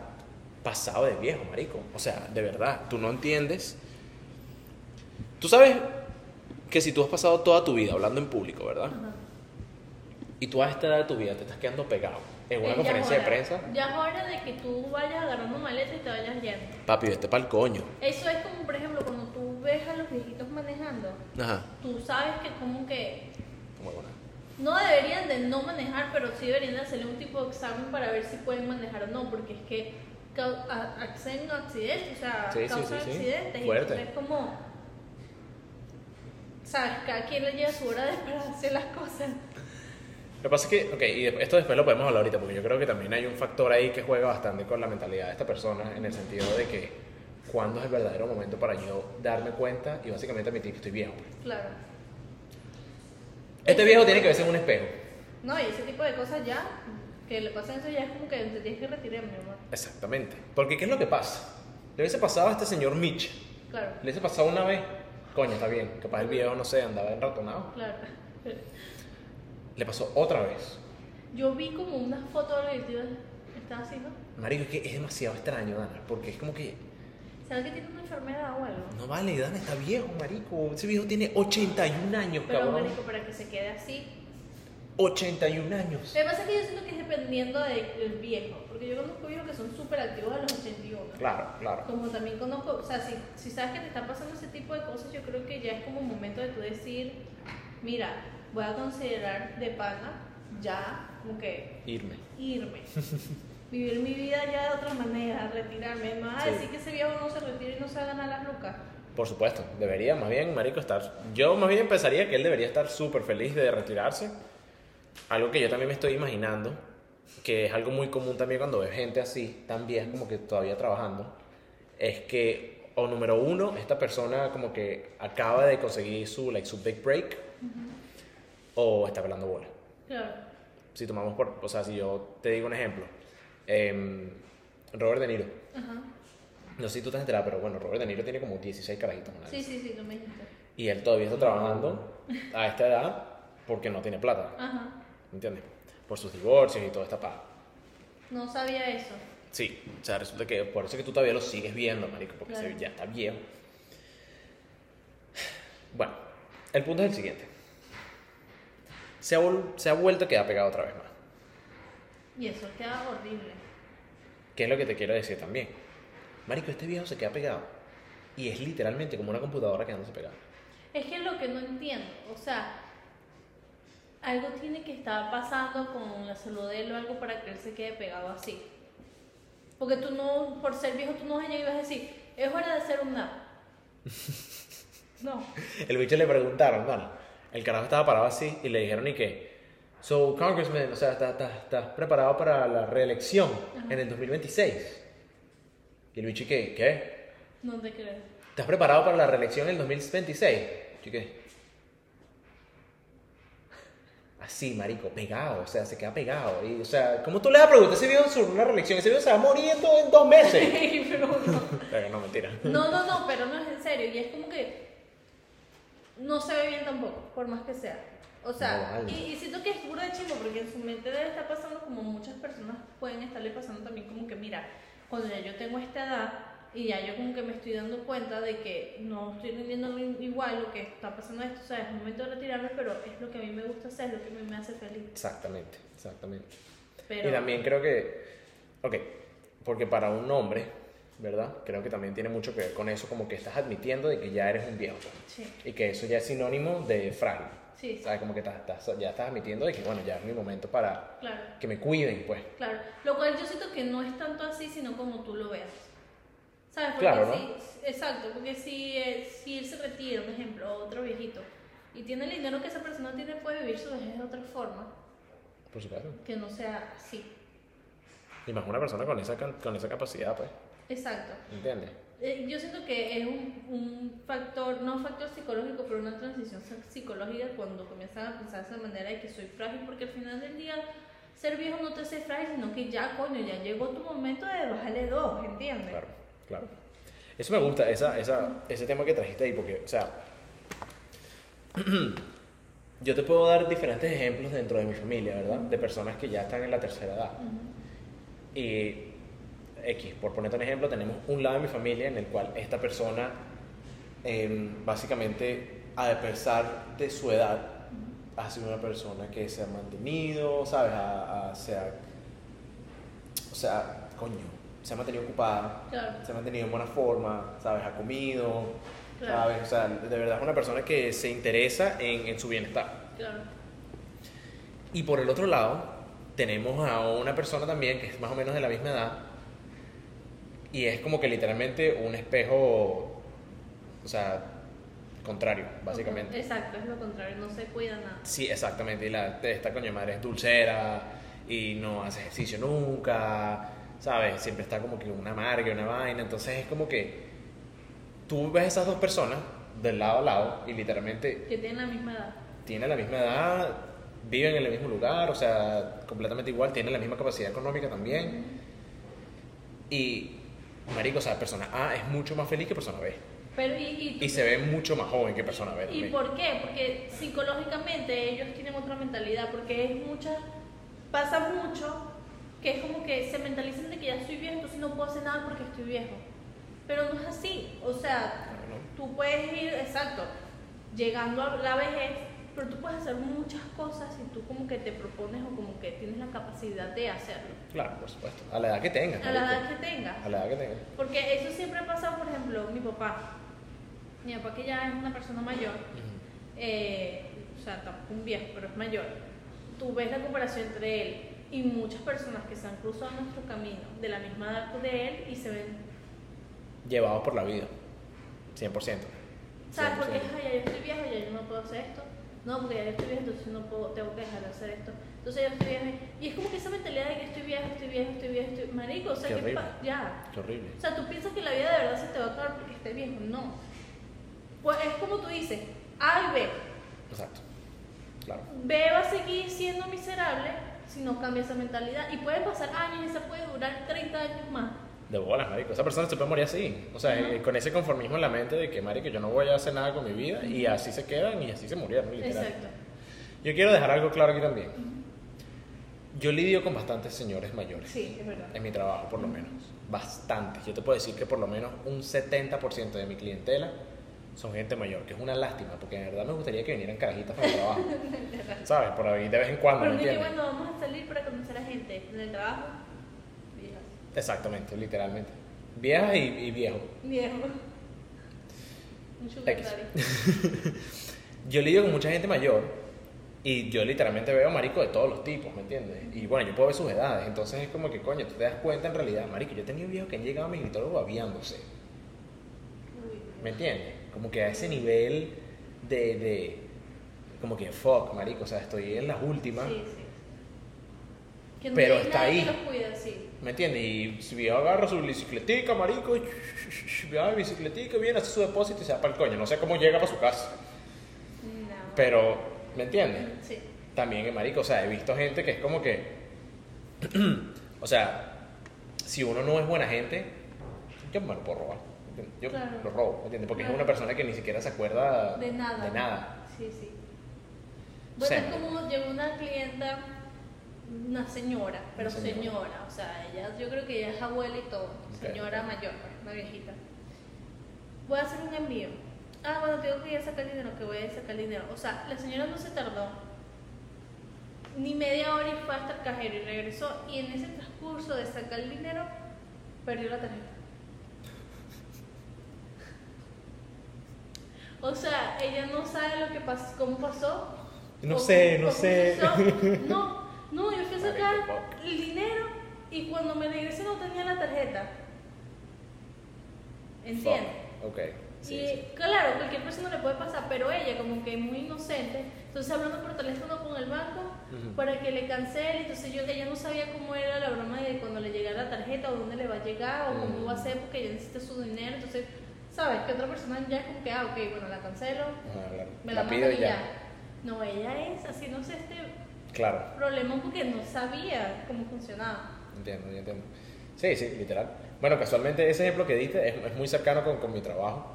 Speaker 1: pasado de viejo, marico. O sea, de verdad, tú no entiendes. Tú sabes que si tú has pasado toda tu vida hablando en público, ¿verdad?
Speaker 2: Ajá.
Speaker 1: Y tú a esta edad de tu vida te estás quedando pegado en una
Speaker 2: Eh, ya
Speaker 1: conferencia
Speaker 2: es
Speaker 1: de
Speaker 2: hora.
Speaker 1: prensa.
Speaker 2: Ya es hora de que tú vayas agarrando maletas y te vayas yendo.
Speaker 1: Papi, vete pa'l coño.
Speaker 2: Eso es como, por ejemplo, cuando tú ves a los viejitos manejando,
Speaker 1: Ajá.
Speaker 2: tú sabes que como que
Speaker 1: Huevona.
Speaker 2: no deberían de no manejar, pero sí deberían de hacerle un tipo de examen para ver si pueden manejar o no, porque es que cau- a- hacen accidentes, o sea,
Speaker 1: Sí, sí,
Speaker 2: causan
Speaker 1: sí, sí.
Speaker 2: accidentes. y
Speaker 1: Fuerte.
Speaker 2: entonces es como, sabes, cada quien le llega su hora de para hacer las cosas.
Speaker 1: Lo que pasa es que, ok, y de- esto después lo podemos hablar ahorita, porque yo creo que también hay un factor ahí que juega bastante con la mentalidad de esta persona, en el sentido de que cuándo es el verdadero momento para yo darme cuenta y básicamente admitir que estoy viejo.
Speaker 2: Claro.
Speaker 1: Este viejo tiene que verse en un espejo.
Speaker 2: No, y ese tipo de cosas ya, que le pasan eso ya es como que te tienes que retirar, mi amor.
Speaker 1: Exactamente. Porque ¿qué es lo que pasa? Le hubiese pasado a este señor Mitch.
Speaker 2: Claro,
Speaker 1: Le hubiese pasado una vez. Coño, está bien. Capaz el viejo, no sé, andaba enratonado.
Speaker 2: claro.
Speaker 1: Le pasó otra vez.
Speaker 2: Yo vi como una foto de algo y el tío estaba así, ¿no?
Speaker 1: Marico, es que es demasiado extraño, Dana. Porque es como que...
Speaker 2: ¿Sabes que tiene una enfermedad o algo?
Speaker 1: No vale, Dana está viejo, marico. Ese viejo tiene 81 años,
Speaker 2: Pero
Speaker 1: cabrón.
Speaker 2: marico, para que se quede así.
Speaker 1: 81 años.
Speaker 2: Lo que pasa es que yo siento que es dependiendo de- del viejo, porque yo conozco viejos que son súper activos a los 81.
Speaker 1: Claro, claro.
Speaker 2: Como también conozco, o sea, si, si sabes que te están pasando ese tipo de cosas, yo creo que ya es como momento de tú decir, mira, voy a considerar de pana ya, como que
Speaker 1: Irme.
Speaker 2: irme. Vivir mi vida ya de otra manera, retirarme. más
Speaker 1: Sí.
Speaker 2: decir que ese viejo no se retira y no se va a ganar las lucas.
Speaker 1: Por supuesto, debería más bien, marico, estar... Yo más bien pensaría que él debería estar súper feliz de retirarse. Algo que yo también me estoy imaginando, que es algo muy común también cuando ves gente así, tan vieja como que todavía trabajando, es que, o número uno, esta persona como que acaba de conseguir su, like, su big break, o está pelando bola.
Speaker 2: Claro.
Speaker 1: Si tomamos por... O sea, si yo te digo un ejemplo, em, Robert De Niro.
Speaker 2: Ajá.
Speaker 1: No sé si tú te has enterado, pero bueno, Robert De Niro tiene como 16 carajitos. ¿no?
Speaker 2: Sí, sí, sí, tú me dijiste.
Speaker 1: Y él todavía está trabajando a esta edad porque no tiene plata,
Speaker 2: Ajá.
Speaker 1: ¿entiendes? Por sus divorcios y toda esta paja.
Speaker 2: No sabía eso.
Speaker 1: Sí, o sea, resulta que por eso que tú todavía lo sigues viendo, marico, porque
Speaker 2: Claro.
Speaker 1: se- ya está viejo. Bueno, el punto es el siguiente. Se ha, vol- se ha vuelto a quedar pegado otra vez más.
Speaker 2: Y eso queda horrible.
Speaker 1: ¿Qué es lo que te quiero decir también? Marico, este viejo se queda pegado. Y es literalmente como una computadora quedándose pegada.
Speaker 2: Es que es lo que no entiendo, o sea, algo tiene que estar pasando con la salud de él o algo para que él se quede pegado así. Porque tú no, por ser viejo, tú no vas a llegar y vas a decir, es hora de hacer un nap. No.
Speaker 1: El bicho le preguntaron, bueno, el carajo estaba parado así y le dijeron y que, so congressman, o sea, ¿estás estás- estás preparado para la reelección en el 2026? Y el bicho y que, ¿qué?
Speaker 2: No te creo.
Speaker 1: ¿Estás preparado para la reelección en el 2026? Y que, así, marico, pegado, o sea, se queda pegado. Y, o sea, ¿cómo tú le vas a preguntar ese video sobre una reelección? Ese video se va a morir en, do- en dos meses.
Speaker 2: Pero no.
Speaker 1: Pero no, mentira.
Speaker 2: No, no, no, pero no es en serio. Y es como que no se ve bien tampoco, por más que sea. O sea,
Speaker 1: No, vale.
Speaker 2: y, y siento que es burda de chingo, porque en su mente debe estar pasando como muchas personas pueden estarle pasando también como que, mira, cuando ya yo tengo esta edad y ya yo como que me estoy dando cuenta de que no estoy rindiendo i- igual lo que está pasando esto, o sea, es momento de retirarme, pero es lo que a mí me gusta hacer, es lo que a mí me hace feliz.
Speaker 1: Exactamente, exactamente.
Speaker 2: Pero,
Speaker 1: Y también creo que, ok, porque para un hombre, ¿verdad? Creo que también tiene mucho que ver con eso, como que estás admitiendo de que ya eres un viejo. pues.
Speaker 2: sí,
Speaker 1: Y que eso ya es sinónimo de frágil.
Speaker 2: sí, sí,
Speaker 1: ¿Sabes? Como que estás- estás- ya estás admitiendo de que, bueno, ya es mi momento para
Speaker 2: claro.
Speaker 1: que me cuiden, pues.
Speaker 2: Claro, lo cual yo siento que no es tanto así, sino como tú lo veas. ¿Sabes? Porque
Speaker 1: Claro, ¿no?
Speaker 2: si, exacto, porque si, eh, si él se retira, un ejemplo, o otro viejito, y tiene el dinero que esa persona tiene, puede vivir su vejez de otra forma,
Speaker 1: Por supuesto.
Speaker 2: que no sea así.
Speaker 1: Y más una persona con esa, can- con esa capacidad, pues.
Speaker 2: Exacto.
Speaker 1: ¿Entiendes?
Speaker 2: Eh, yo siento que es un, un factor, no un factor psicológico, pero una transición psi- psicológica cuando comienzan a pensar de esa manera de que soy frágil, porque al final del día ser viejo no te hace frágil, sino que ya, coño, ya llegó tu momento de bajarle dos, ¿entiendes?
Speaker 1: Claro, claro. Eso me gusta, esa, esa, ese tema que trajiste ahí, porque, o sea, yo te puedo dar diferentes ejemplos dentro de mi familia, ¿verdad? De personas que ya están en la tercera edad. Y X, por ponerte un ejemplo, tenemos un lado de mi familia en el cual esta persona, eh, básicamente, a pesar de su edad, ha sido una persona que se ha mantenido, ¿sabes? Ha- ha- se ha- o sea, coño, se ha mantenido ocupada,
Speaker 2: Claro.
Speaker 1: se ha mantenido en buena forma, ¿sabes? Ha comido,
Speaker 2: Claro.
Speaker 1: ¿sabes? O sea, de verdad es una persona que se interesa en, en su bienestar.
Speaker 2: Claro,
Speaker 1: Y por el otro lado, tenemos a una persona también que es más o menos de la misma edad. Y es como que literalmente un espejo, o sea, contrario, básicamente.
Speaker 2: Exacto, es lo contrario, no se cuida nada.
Speaker 1: Sí, exactamente. Y la, esta coño madre es dulcera y no hace ejercicio nunca, ¿sabes? Siempre está como que una amarga, una vaina. Entonces es como que tú ves esas dos personas del lado a lado y literalmente
Speaker 2: Que tienen la misma edad.
Speaker 1: tienen la misma edad, viven en el mismo lugar, o sea, completamente igual, tienen la misma capacidad económica también. Y, marico, o sea, persona A es mucho más feliz que persona B.
Speaker 2: Pero, y, y,
Speaker 1: Y se ve mucho más joven que persona B.
Speaker 2: ¿y
Speaker 1: también.
Speaker 2: por qué? Porque psicológicamente ellos tienen otra mentalidad, porque es mucha, pasa mucho que es como que se mentalizan de que ya estoy viejo, entonces no puedo hacer nada porque estoy viejo. Pero no es así, o sea,
Speaker 1: No, no.
Speaker 2: tú puedes ir, exacto, llegando a la vejez, pero tú puedes hacer muchas cosas si tú como que te propones o como que tienes la capacidad de hacerlo,
Speaker 1: Claro, por supuesto. A la edad que tengas.
Speaker 2: a la
Speaker 1: marico.
Speaker 2: edad que tengas.
Speaker 1: A la edad que tengas.
Speaker 2: Porque eso siempre ha pasado, por ejemplo, mi papá. Mi papá que ya es una persona mayor, eh, o sea, tampoco un viejo, pero es mayor. Tú ves la comparación entre él y muchas personas que se han cruzado en nuestro camino de la misma edad de él y se ven,
Speaker 1: Llevados por la vida. 100%.
Speaker 2: ¿sabes?
Speaker 1: Sí,
Speaker 2: Porque
Speaker 1: sí.
Speaker 2: "Ay, ya yo estoy viejo, ya yo no puedo hacer esto. No, porque ya yo estoy viejo, entonces no puedo, tengo que dejar de hacer esto. Entonces yo estoy viejo. Y es como que esa mentalidad de que estoy viejo, estoy viejo, estoy viejo, estoy marico, o sea,
Speaker 1: Qué
Speaker 2: que
Speaker 1: horrible.
Speaker 2: pa- ya.
Speaker 1: Qué horrible.
Speaker 2: O sea, tú piensas que la vida de verdad se te va a acabar porque estés viejo. No. Pues es como tú dices, A y B.
Speaker 1: Exacto. Claro.
Speaker 2: B va a seguir siendo miserable si no cambia esa mentalidad. Y pueden pasar años, esa puede durar 30 años más.
Speaker 1: De bolas, marico. Esa persona se puede morir así. O sea,
Speaker 2: Ajá.
Speaker 1: eh, con ese conformismo en la mente de que, marico, yo no voy a hacer nada con mi vida. Y así se quedan y así se murieron, literal.
Speaker 2: Exacto.
Speaker 1: Yo quiero dejar algo claro aquí también. Yo lidio con bastantes señores mayores
Speaker 2: Sí, es verdad.
Speaker 1: en mi trabajo, por lo menos. Bastantes. Yo te puedo decir que por lo menos un 70% de mi clientela son gente mayor, que es una lástima, porque de verdad me gustaría que vinieran carajitas para el trabajo. ¿Sabes? Por ahí de vez en cuando, ¿me
Speaker 2: Pero ni que
Speaker 1: entiendes?
Speaker 2: bueno, vamos a salir para conocer a gente en el trabajo. Viejas.
Speaker 1: Exactamente, literalmente. Viejas y, y viejos.
Speaker 2: Viejo. Un sugar
Speaker 1: X.
Speaker 2: daddy.
Speaker 1: Yo lidio con mucha gente mayor y yo literalmente veo marico de todos los tipos, ¿me entiendes? Y bueno, yo puedo ver sus edades, entonces es como que coño, tú te das cuenta en realidad, marico, yo he tenido viejos que han llegado a mi escritorio babiándose,
Speaker 2: Uy,
Speaker 1: ¿me entiendes? Como que a ese nivel de, de como que fuck, marico, o sea, estoy en las últimas,
Speaker 2: Sí, sí. Que no
Speaker 1: Pero
Speaker 2: hay
Speaker 1: está
Speaker 2: nadie
Speaker 1: ahí.
Speaker 2: Que los cuida, sí.
Speaker 1: ¿me entiendes? Y si viejo agarra su bicicletica, marico, y va en bicicletica, viene, hace su depósito y se va para el coño, no sé cómo llega para su casa,
Speaker 2: No.
Speaker 1: pero, ¿me entiendes?
Speaker 2: Sí.
Speaker 1: también, eh, marico, o sea, he visto gente que es como que, o sea, si uno no es buena gente, yo me lo puedo robar, ¿entiendes? yo
Speaker 2: Claro.
Speaker 1: lo robo, ¿entiendes? Porque es
Speaker 2: Claro.
Speaker 1: una persona que ni siquiera se acuerda
Speaker 2: De nada.
Speaker 1: De nada.
Speaker 2: Sí, sí.
Speaker 1: O
Speaker 2: Bueno,
Speaker 1: sea,
Speaker 2: es como llegó una clienta, una señora, pero
Speaker 1: Una señora.
Speaker 2: señora. o sea, ella, yo creo que ella es abuela y todo,
Speaker 1: Ok.
Speaker 2: señora mayor, pues, una viejita. Voy a hacer un envío. Ah, bueno, tengo que ir a sacar dinero, que voy a ir a sacar dinero. O sea, la señora no se tardó ni media hora y fue hasta el cajero y regresó y en ese transcurso de sacar el dinero perdió la tarjeta. O sea, ella no sabe lo que pasó, cómo pasó.
Speaker 1: No
Speaker 2: o
Speaker 1: sé,
Speaker 2: cómo-
Speaker 1: no
Speaker 2: cómo
Speaker 1: sé.
Speaker 2: pasó. No, no, yo fui a sacar
Speaker 1: Marico, pobre.
Speaker 2: el dinero y cuando me regresé no tenía la tarjeta. ¿Entiendes?
Speaker 1: Fuck. Ok. Sí,
Speaker 2: y
Speaker 1: sí.
Speaker 2: claro, cualquier persona le puede pasar, pero ella como que muy inocente, entonces hablando por teléfono con el banco
Speaker 1: Ujú.
Speaker 2: para que le cancele, entonces yo ella no sabía cómo era la broma de cuando le llegara la tarjeta o dónde le va a llegar o cómo
Speaker 1: Mm.
Speaker 2: va a ser porque ella necesita su dinero, entonces sabes que otra persona ya es como que, ah, ok, bueno, la cancelo,
Speaker 1: Ajá, la-
Speaker 2: me
Speaker 1: la
Speaker 2: la,
Speaker 1: pido
Speaker 2: mandan
Speaker 1: y
Speaker 2: y
Speaker 1: ya.
Speaker 2: No, ella es así, no sé, este
Speaker 1: Claro,
Speaker 2: problema porque no sabía cómo funcionaba.
Speaker 1: entiendo, yo entiendo. Sí, sí, literal. Bueno, casualmente ese ejemplo que diste es, es muy cercano con, con mi trabajo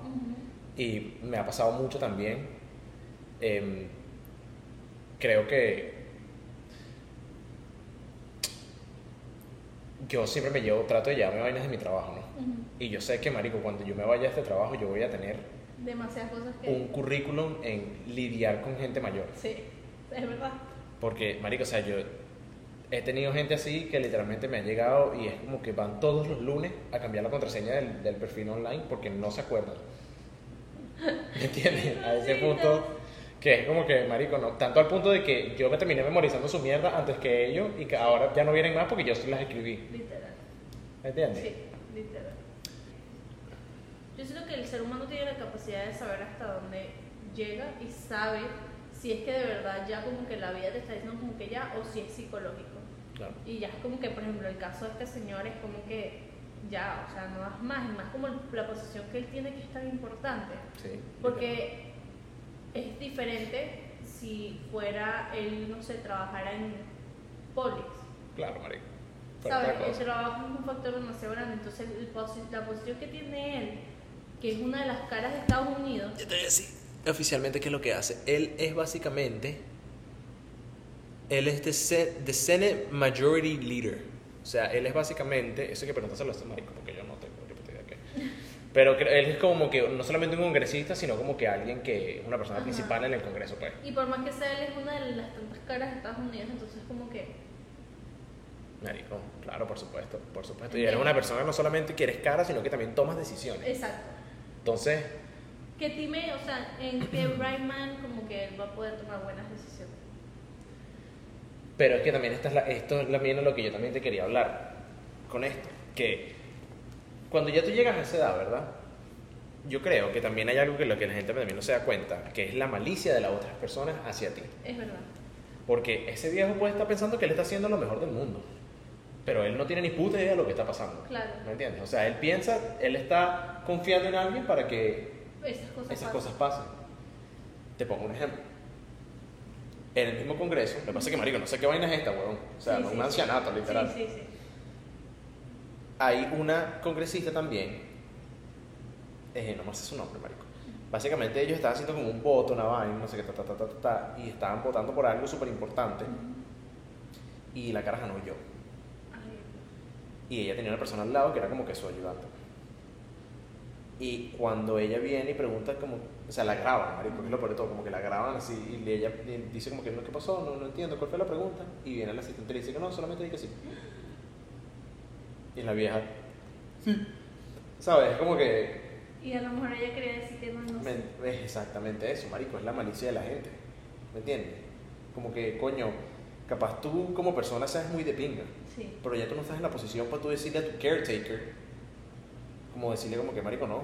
Speaker 1: y me ha pasado mucho también. Em, creo que yo siempre me llevo, trato de llevarme vainas de mi trabajo, ¿no?
Speaker 2: Ujú.
Speaker 1: Y yo sé que, marico, cuando yo me vaya a este trabajo, yo voy a tener
Speaker 2: Demasiadas cosas que...
Speaker 1: un currículum en lidiar con gente mayor.
Speaker 2: Sí, es verdad.
Speaker 1: Porque, marico, o sea, yo he tenido gente así que literalmente me ha llegado y es como que van todos los lunes a cambiar la contraseña del, del perfil online porque no se acuerdan. ¿Me entiendes? A ese punto que es como que, marico, no. Tanto al punto de que yo me terminé memorizando su mierda antes que ellos y que ahora ya no vienen más porque yo sí las escribí.
Speaker 2: Literal.
Speaker 1: ¿Me entiendes?
Speaker 2: Sí, literal. Yo siento que el ser humano tiene la capacidad de saber hasta dónde llega y sabe si es que de verdad ya como que la vida te está diciendo como que ya o si es psicológico.
Speaker 1: Claro.
Speaker 2: Y ya es como que, por ejemplo, el caso de este señor es como que ya, o sea, no das más, y más como la posición que él tiene que es tan importante.
Speaker 1: Sí.
Speaker 2: Porque es diferente si fuera él, no sé, trabajara en Polis.
Speaker 1: Claro, marico. Pero
Speaker 2: ¿Sabes?
Speaker 1: otra
Speaker 2: El
Speaker 1: cosa.
Speaker 2: trabajo es un factor demasiado grande. Entonces, el posi- la posición que tiene él, que es una de las caras de Estados Unidos,
Speaker 1: Yo te voy a decir oficialmente qué es lo que hace. Él es básicamente. Él es the, Sen- the Senate Majority Leader. O sea, él es básicamente. Eso hay que preguntárselo a este marico, porque yo no tengo ni puta idea qué. Pero cre- él es como que no solamente un congresista, sino como que alguien que. Una persona
Speaker 2: Ajá.
Speaker 1: principal en el congreso, pues.
Speaker 2: y por más que sea él, es una de las tantas caras de Estados Unidos. Entonces, como que.
Speaker 1: Marico, claro, por supuesto, por supuesto. Y eres una persona no solamente que eres cara, sino que también tomas decisiones.
Speaker 2: Exacto.
Speaker 1: Entonces,
Speaker 2: Que time, o sea, en que Brightman, como que él va a poder tomar buenas decisiones.
Speaker 1: Pero es que también esta es la- esto es también lo que yo también te quería hablar con esto. Que cuando ya tú llegas a esa edad, ¿verdad? Yo creo que también hay algo que lo que la gente también no se da cuenta, que es la malicia de las otras personas hacia ti.
Speaker 2: Es verdad.
Speaker 1: Porque ese viejo puede estar pensando que él está haciendo lo mejor del mundo. Pero él no tiene ni puta idea de lo que está pasando.
Speaker 2: Claro.
Speaker 1: ¿Me entiendes? O sea, él piensa, él está confiando en alguien para que
Speaker 2: Esas cosas.
Speaker 1: esas
Speaker 2: pasan.
Speaker 1: cosas pasan. Te pongo un ejemplo. En el mismo congreso, lo que pasa es que, marico, no sé qué vaina es esta, weón. O sea,
Speaker 2: Sí,
Speaker 1: un
Speaker 2: sí, sí.
Speaker 1: ancianato, literal.
Speaker 2: Sí, sí, sí.
Speaker 1: Hay una congresista también, eh, no me sé su nombre, marico. Básicamente ellos estaban haciendo como un voto, una vaina, no sé qué, ta, ta, ta, ta, ta, ta, y estaban votando por algo súper importante, y la cara ganó yo.
Speaker 2: Ay,
Speaker 1: Y ella tenía una persona al lado que era como que su ayudante. Y cuando ella viene y pregunta como, o sea, la graban, marico, porque es lo peor de todo, como que la graban así y le- ella le dice como que no, ¿qué pasó? No, no entiendo, ¿cuál fue la pregunta? Y viene la asistente y le dice que no, solamente di que sí. Y la vieja, sí. ¿Sabes? Es como que,
Speaker 2: Y a lo mejor ella quería decir que no, no sé.
Speaker 1: me- es exactamente eso, marico, es la malicia de la gente, ¿me entiendes? Como que, coño, capaz tú como persona seas muy de pinga,
Speaker 2: Sí.
Speaker 1: pero ya tú no estás en la posición para tú decirle a tu caretaker, como decirle como que marico no.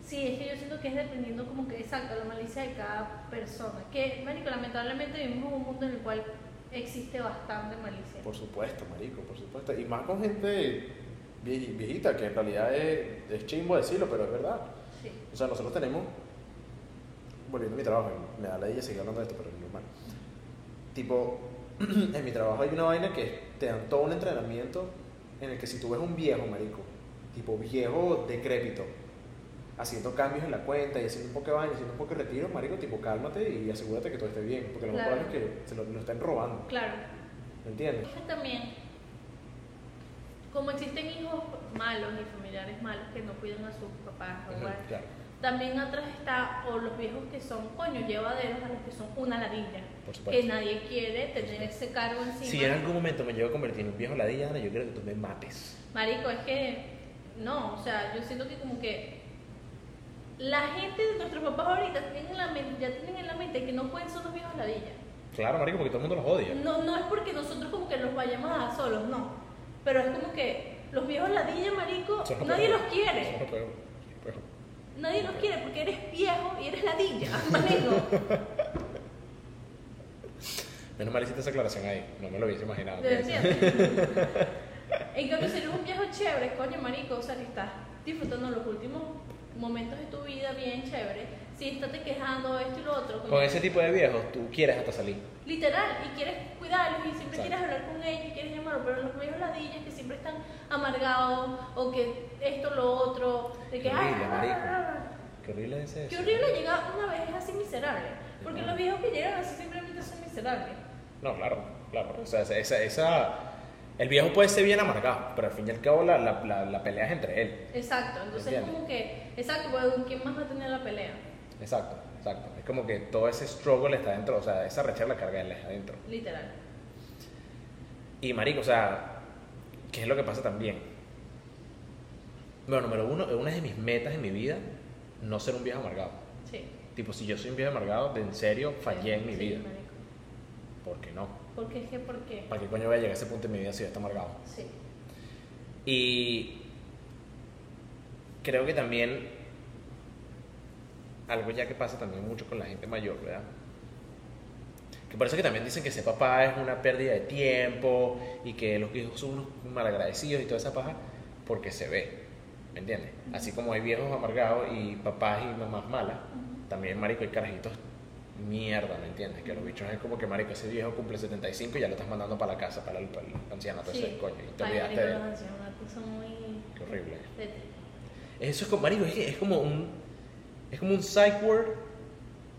Speaker 2: Sí, es que yo siento que es dependiendo como que, exacto, la malicia de cada persona. Que, marico, lamentablemente vivimos en un mundo en el cual existe bastante malicia.
Speaker 1: Por supuesto, marico, por supuesto. Y más con gente vie- viejita, que en realidad es, es chimbo decirlo, pero es verdad.
Speaker 2: Sí.
Speaker 1: O sea, nosotros tenemos, volviendo a mi trabajo, me da la idea seguir hablando de esto, pero es normal.
Speaker 4: tipo, en mi trabajo hay una vaina que te dan todo un entrenamiento en el que si tú ves un viejo, marico, tipo viejo decrépito, haciendo cambios en la cuenta y haciendo un poco de vaina, haciendo un poco de retiro, marico, tipo, cálmate y asegúrate que todo esté bien, porque lo más
Speaker 2: Claro.
Speaker 4: probable es que se lo, lo estén robando,
Speaker 2: Claro.
Speaker 4: ¿me entiendes?
Speaker 2: Es que también, como existen hijos malos y familiares malos que no cuidan a sus papás, o
Speaker 1: Ujú,
Speaker 2: bueno,
Speaker 1: Claro,
Speaker 2: también atrás está o los viejos que son coño llevaderos a los que son una ladilla.
Speaker 1: por supuesto.
Speaker 2: Que nadie quiere tener ese cargo encima.
Speaker 1: Si en algún momento me llego a convertir en un viejo ladilla, Ana, yo quiero que tú me mates.
Speaker 2: Marico, es que no, o sea, yo siento que como que la gente de nuestros papás ahorita tienen en la men- ya tienen en la mente que no pueden ser los viejos ladilla.
Speaker 1: Claro, marico, porque todo el mundo los odia.
Speaker 2: No, no es porque nosotros como que los vayamos a dar solos, no. Pero es como que los viejos ladilla, marico,
Speaker 1: Son
Speaker 2: nadie
Speaker 1: peor.
Speaker 2: los quiere.
Speaker 1: Son lo peor. Lo peor.
Speaker 2: Nadie los quiere porque eres viejo y eres ladilla, marico.
Speaker 1: Menos mal hiciste esa aclaración ahí, no me lo hubiese imaginado.
Speaker 2: ¿Me entiendes? En cambio, si eres un viejo chévere, coño, marico, o sea, que estás disfrutando los últimos momentos de tu vida bien chévere, si estás te quejando esto y lo otro, coño,
Speaker 1: Con ese tipo de viejos, tú quieres hasta salir.
Speaker 2: literal, y quieres cuidarlos y siempre
Speaker 1: Exacto.
Speaker 2: quieres hablar con ellos y quieres llamarlos, pero los viejos ladillas que siempre están amargados o que esto, lo otro, de que,
Speaker 1: Qué horrible,
Speaker 2: "Ah,
Speaker 1: marico.
Speaker 2: ah, ah".
Speaker 1: Qué horrible es eso.
Speaker 2: Qué horrible llegar una vez así miserable. Porque
Speaker 1: Ujú.
Speaker 2: los viejos que llegan así simplemente son miserables.
Speaker 1: No, claro, claro. O sea, esa, esa, esa- El viejo puede ser bien amargado, pero al fin y al cabo la, la, la- la pelea es entre él.
Speaker 2: Exacto, entonces es
Speaker 1: Entiendo.
Speaker 2: como que, exacto, porque ¿quién más va a tener la pelea?
Speaker 1: Exacto, exacto. Es como que todo ese struggle está adentro, o sea, esa rechera la carga él es adentro.
Speaker 2: Literal.
Speaker 1: Y marico, o sea, ¿qué es lo que pasa también? Bueno, número uno, una de mis metas en mi vida, no ser un viejo amargado.
Speaker 2: Sí.
Speaker 1: Tipo, si yo soy un viejo amargado, de en serio fallé en mi
Speaker 2: Sí,
Speaker 1: vida.
Speaker 2: marico.
Speaker 1: ¿Por qué no?
Speaker 2: Porque es que, ¿por qué?
Speaker 1: ¿Para qué coño voy a llegar a ese punto en mi vida si yo estoy amargado?
Speaker 2: Sí.
Speaker 1: Y creo que también algo ya que pasa también mucho con la gente mayor, ¿verdad? Que por eso que también dicen que ser papá es una pérdida de tiempo y que los viejos son unos malagradecidos y toda esa paja, porque se ve, ¿me entiendes? Así como hay viejos amargados y papás y mamás malas, también, marico, hay carajitos mierda, ¿me entiendes? Que los bichos es como que, marico, ese viejo cumple 75 y ya lo estás mandando para la casa, para el, para el ancianato, ese
Speaker 2: Sí.
Speaker 1: pues, coño, y te
Speaker 2: Ay,
Speaker 1: olvidaste
Speaker 2: marico,
Speaker 1: de él.
Speaker 2: los ancianos, una cosa muy...
Speaker 1: Qué horrible.
Speaker 2: de-
Speaker 1: Eso es como, marico, es, que es como un, es como un psych ward,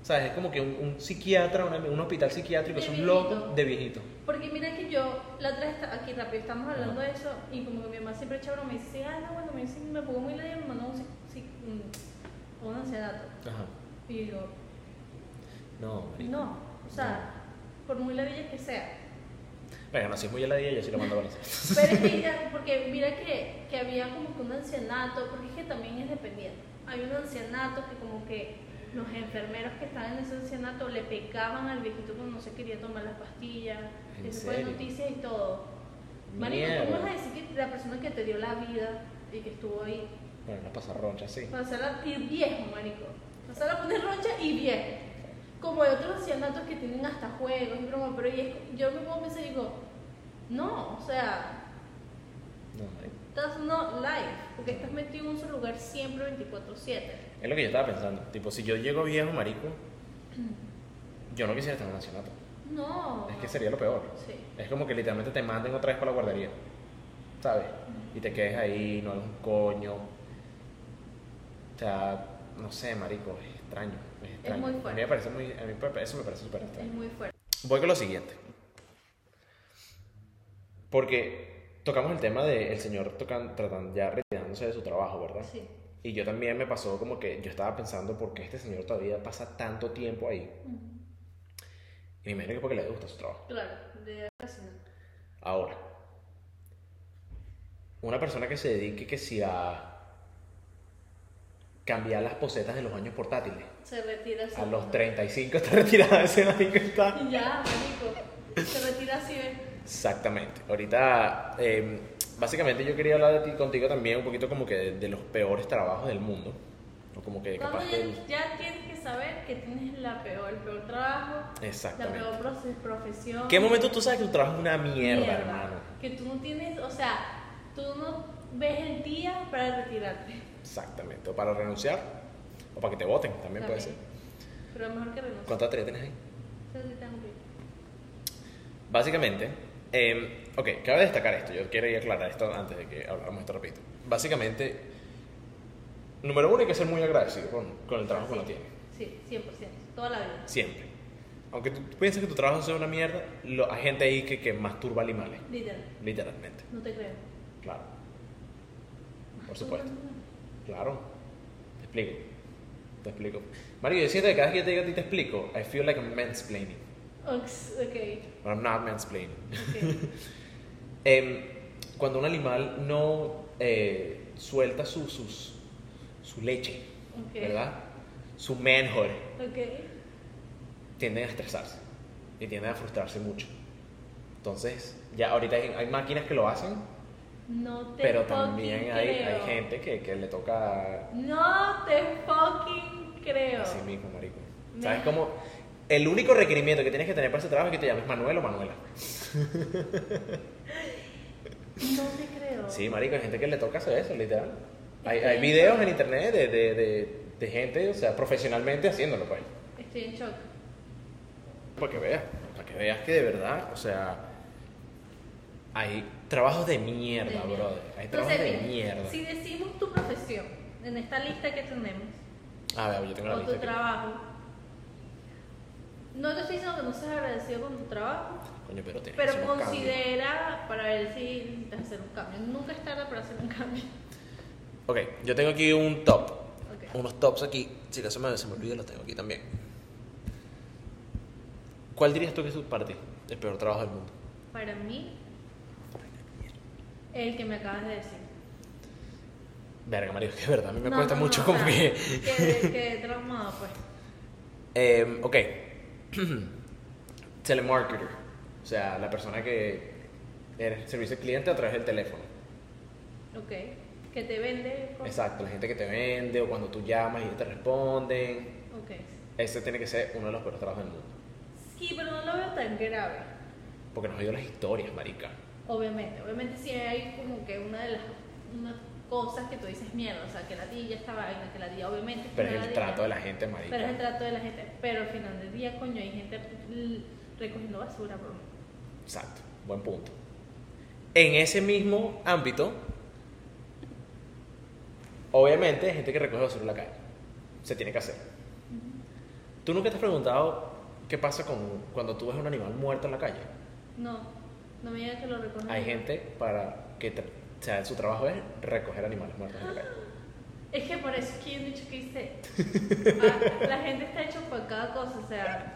Speaker 1: ¿sabes? Es como que un, un psiquiatra, una- un hospital psiquiátrico,
Speaker 2: De
Speaker 1: es un
Speaker 2: viejito.
Speaker 1: loco de viejito.
Speaker 2: Porque mira que yo, la otra vez, aquí rápido, estamos hablando de eso, y como que mi mamá siempre echa broma, me dice, ah, no, cuando me dice, me pongo muy lejos, me mandó un, psi- psi- un, un ancianato.
Speaker 1: Ajá.
Speaker 2: Y yo digo,
Speaker 1: No, marico.
Speaker 2: no, o sea, por muy ladilla que sea,
Speaker 1: Venga, no, si es muy heladilla, yo sí lo mando a Valencia.
Speaker 2: Pero es que ya- porque mira que, que había como que un ancianato, porque es que también es dependiente. Hay un ancianato que como que los enfermeros que estaban en ese ancianato le pecaban al viejito cuando no se quería tomar las pastillas,
Speaker 1: ¿En
Speaker 2: que se fue de
Speaker 1: serio?
Speaker 2: noticias y todo. Marico, ¿cómo vas a decir que la persona que te dio la vida y que estuvo ahí,
Speaker 1: Bueno, una pasarroncha, sí.
Speaker 2: pasar a y viejo, marico? Pasar a poner roncha y viejo. Como hay otros ancianatos que tienen hasta juegos y broma, pero y es- yo me pongo a pensar y digo, no, o sea,
Speaker 1: No, marico.
Speaker 2: Estás no live, porque estás metido en un solo lugar siempre 24-7.
Speaker 1: Es lo que yo estaba pensando. Tipo, si yo llego viejo, marico, yo no quisiera estar en un ancianato.
Speaker 2: No.
Speaker 1: Es que sería lo peor.
Speaker 2: Sí.
Speaker 1: Es como que literalmente te manden otra vez para la guardería, ¿sabes? Y te quedes ahí, no hagas un coño. O sea, no sé, marico, es extraño. Es, extraño.
Speaker 2: muy fuerte.
Speaker 1: A mí me parece muy, a mí pa- eso me parece súper
Speaker 2: Es
Speaker 1: extraño.
Speaker 2: muy fuerte.
Speaker 1: Voy con lo siguiente. Porque tocamos el tema del señor tocan, tratan, ya retirándose de su trabajo, ¿verdad?
Speaker 2: Sí.
Speaker 1: Y yo también me pasó como que yo estaba pensando por qué este señor todavía pasa tanto tiempo ahí.
Speaker 2: Ujú.
Speaker 1: Y me imagino que porque le gusta su trabajo.
Speaker 2: Claro, de ocasional.
Speaker 1: Ahora, una persona que se dedique que si a cambiar las posetas de los baños portátiles.
Speaker 2: Se retira así.
Speaker 1: A los 35 está retirada de ese baño está.
Speaker 2: Ya, marico. Se retira así, ¿ves?
Speaker 1: Exactamente. Ahorita, eh, básicamente yo quería hablar de ti, contigo también un poquito como que de, de los peores trabajos del mundo. O como que
Speaker 2: Cuando
Speaker 1: capaz del-
Speaker 2: ya, ya tienes que saber que tienes la peor, el peor trabajo, la
Speaker 1: Exactamente.
Speaker 2: peor profe- profesión.
Speaker 1: ¿En qué momento tú sabes que tu trabajo es una mierda,
Speaker 2: Mierda.
Speaker 1: hermano?
Speaker 2: Que tú no tienes, o sea, tú no ves el día para retirarte.
Speaker 1: Exactamente. O para renunciar, o para que te voten, también puede ser.
Speaker 2: Pero mejor que renuncies.
Speaker 1: ¿Cuántas tareas tienes ahí?
Speaker 2: Se retira un poquito.
Speaker 1: Básicamente, eh, ok, cabe destacar esto. Yo quería aclarar esto antes de que habláramos esto rapidito. Básicamente, número uno, hay que ser muy agradecido con, con el trabajo que uno
Speaker 2: Sí,
Speaker 1: tiene.
Speaker 2: Sí, 100%, toda la vida.
Speaker 1: Siempre. Aunque tú pienses que tu trabajo sea una mierda, lo- hay gente ahí que, que masturba animales.
Speaker 2: Literal,
Speaker 1: Literalmente.
Speaker 2: no te creo.
Speaker 1: Claro. Por supuesto. Claro. Te explico. Te explico. Mario, yo siento que cada vez que yo te digo a ti te explico, I feel like I'm mansplaining.
Speaker 2: Ox- Ok,
Speaker 1: But I'm not mansplaining.
Speaker 2: ok.
Speaker 1: Em, cuando un animal no eh, suelta su, sus- su leche,
Speaker 2: Ok.
Speaker 1: ¿verdad? Su manhood,
Speaker 2: Ok.
Speaker 1: tienden a estresarse y tienden a frustrarse mucho. Entonces, ya ahorita hay, hay máquinas que lo hacen,
Speaker 2: No te
Speaker 1: pero
Speaker 2: fucking
Speaker 1: también hay, hay
Speaker 2: creo.
Speaker 1: gente que, que le toca
Speaker 2: No te fucking creo.
Speaker 1: a sí mismo, marico.
Speaker 2: Me-
Speaker 1: ¿Sabes cómo? El único requerimiento que tienes que tener para ese trabajo es que te llames Manuel o Manuela.
Speaker 2: No te creo.
Speaker 1: Sí, marico, hay gente que le toca hacer eso, literal. Hay, hay videos en internet de, de, de, de gente, o sea, profesionalmente haciéndolo, pues.
Speaker 2: Estoy en shock.
Speaker 1: Para que veas, para que veas que de verdad, o sea, hay trabajos de mierda,
Speaker 2: De
Speaker 1: brother. Hay trabajos de
Speaker 2: Entonces,
Speaker 1: mierda.
Speaker 2: Si decimos tu profesión en esta lista que tenemos,
Speaker 1: A ver, yo tengo la
Speaker 2: o tu
Speaker 1: lista. aquí.
Speaker 2: trabajo, no te estoy diciendo que no seas agradecido con tu trabajo,
Speaker 1: Coño, pero tienes que
Speaker 2: pero
Speaker 1: hacer unos cambios.
Speaker 2: considera para ver si necesitas hacer un cambio. Nunca es tarde para hacer un cambio.
Speaker 1: Ok, yo tengo aquí un top.
Speaker 2: Ok.
Speaker 1: Unos tops aquí. Si acaso me, se me olvida, los tengo aquí también. ¿Cuál dirías tú que es tu parte? El peor trabajo del mundo.
Speaker 2: Para mí, el que me acabas de decir.
Speaker 1: Verga, Mario, que es verdad, a mí me
Speaker 2: No,
Speaker 1: cuesta
Speaker 2: no,
Speaker 1: mucho
Speaker 2: no,
Speaker 1: como
Speaker 2: o sea,
Speaker 1: que.
Speaker 2: Que, que traumado, pues.
Speaker 1: Eh, ok. Telemarketer. O sea, la persona que eres servicio al cliente a través del teléfono.
Speaker 2: Ok. Que te vende. con-
Speaker 1: Exacto, la gente que te vende o cuando tú llamas y te responden.
Speaker 2: Ok.
Speaker 1: Ese tiene que ser uno de los peores trabajos del mundo.
Speaker 2: Sí, pero no lo veo tan grave.
Speaker 1: Porque nos dio las historias, marica.
Speaker 2: Obviamente. Obviamente sí hay como que una de las unas cosas que tú dices mierda. O sea, que la tía esta vaina, que la tía obviamente.
Speaker 1: Pero
Speaker 2: que
Speaker 1: es el
Speaker 2: la
Speaker 1: trato de
Speaker 2: tía-
Speaker 1: la gente, marica.
Speaker 2: Pero es el trato de la gente. Pero al final del día, coño, hay gente l- recogiendo basura, bro.
Speaker 1: Exacto, buen punto. En ese mismo ámbito, obviamente hay gente que recoge basura en la calle. Se tiene que hacer. ¿Tú nunca te has preguntado qué pasa con, cuando tú ves un animal muerto en la calle?
Speaker 2: No. No me digas que lo recogen.
Speaker 1: Hay gente para que tra- o sea, su trabajo es recoger animales muertos en la calle.
Speaker 2: Es que por eso es que yo he dicho que hice. Ah, la gente está hecho por cada cosa, o sea.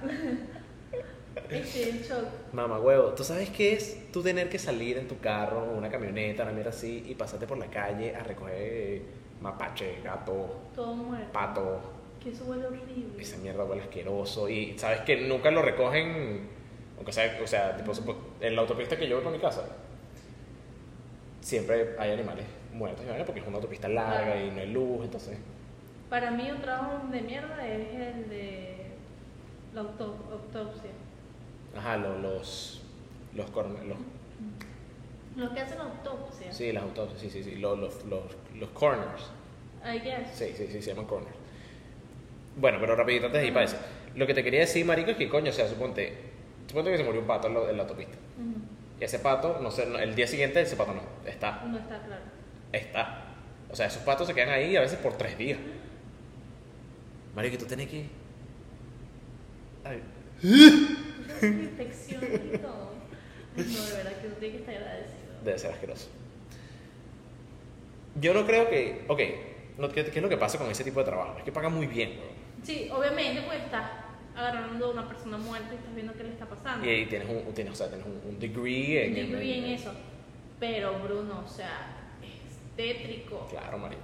Speaker 2: Estoy en shock.
Speaker 1: Mamá huevo, ¿tú sabes qué es tú tener que salir en tu carro o una camioneta, una mierda así, y pasarte por la calle a recoger eh, mapache, gato,
Speaker 2: Todo muerto.
Speaker 1: pato,
Speaker 2: Que eso huele horrible.
Speaker 1: esa mierda huele asqueroso y sabes que nunca lo recogen aunque sea, o sea tipo, supo- en la autopista que yo voy para mi casa siempre hay animales muertos y vainas, porque es una autopista larga y no hay luz entonces
Speaker 2: Para mí un trabajo de mierda es el de la auto- autopsia.
Speaker 1: ajá lo- los los, corn- los
Speaker 2: Los que hacen autopsia.
Speaker 1: sí las autopsias sí sí sí los los, los, los corners
Speaker 2: I guess.
Speaker 1: sí sí sí se llaman corners bueno pero rapidito antes de ir para eso lo que te quería decir marico es que coño o sea suponte suponte que se murió un pato en la, en la autopista
Speaker 2: Ujú.
Speaker 1: y ese pato no sé no, el día siguiente ese pato no está
Speaker 2: No está claro.
Speaker 1: está. O sea, esos patos se quedan ahí a veces por tres días. Mario, que tú tienes que. Ay,
Speaker 2: Infección y todo. Ay, No, de verdad que uno tiene que estar agradecido.
Speaker 1: Debe ser asqueroso. Yo no creo que. Ok, no, ¿qué, qué es lo que pasa con ese tipo de trabajo? Es que pagan muy bien, weón.
Speaker 2: Sí, obviamente pues estás agarrando a una persona muerta y estás viendo qué le está pasando.
Speaker 1: Y, ahí tienes un, tienes, o sea, tienes un, un degree en.
Speaker 2: Yo creo en eso. Pero Bruno, o sea, es tétrico.
Speaker 1: Claro, Mario.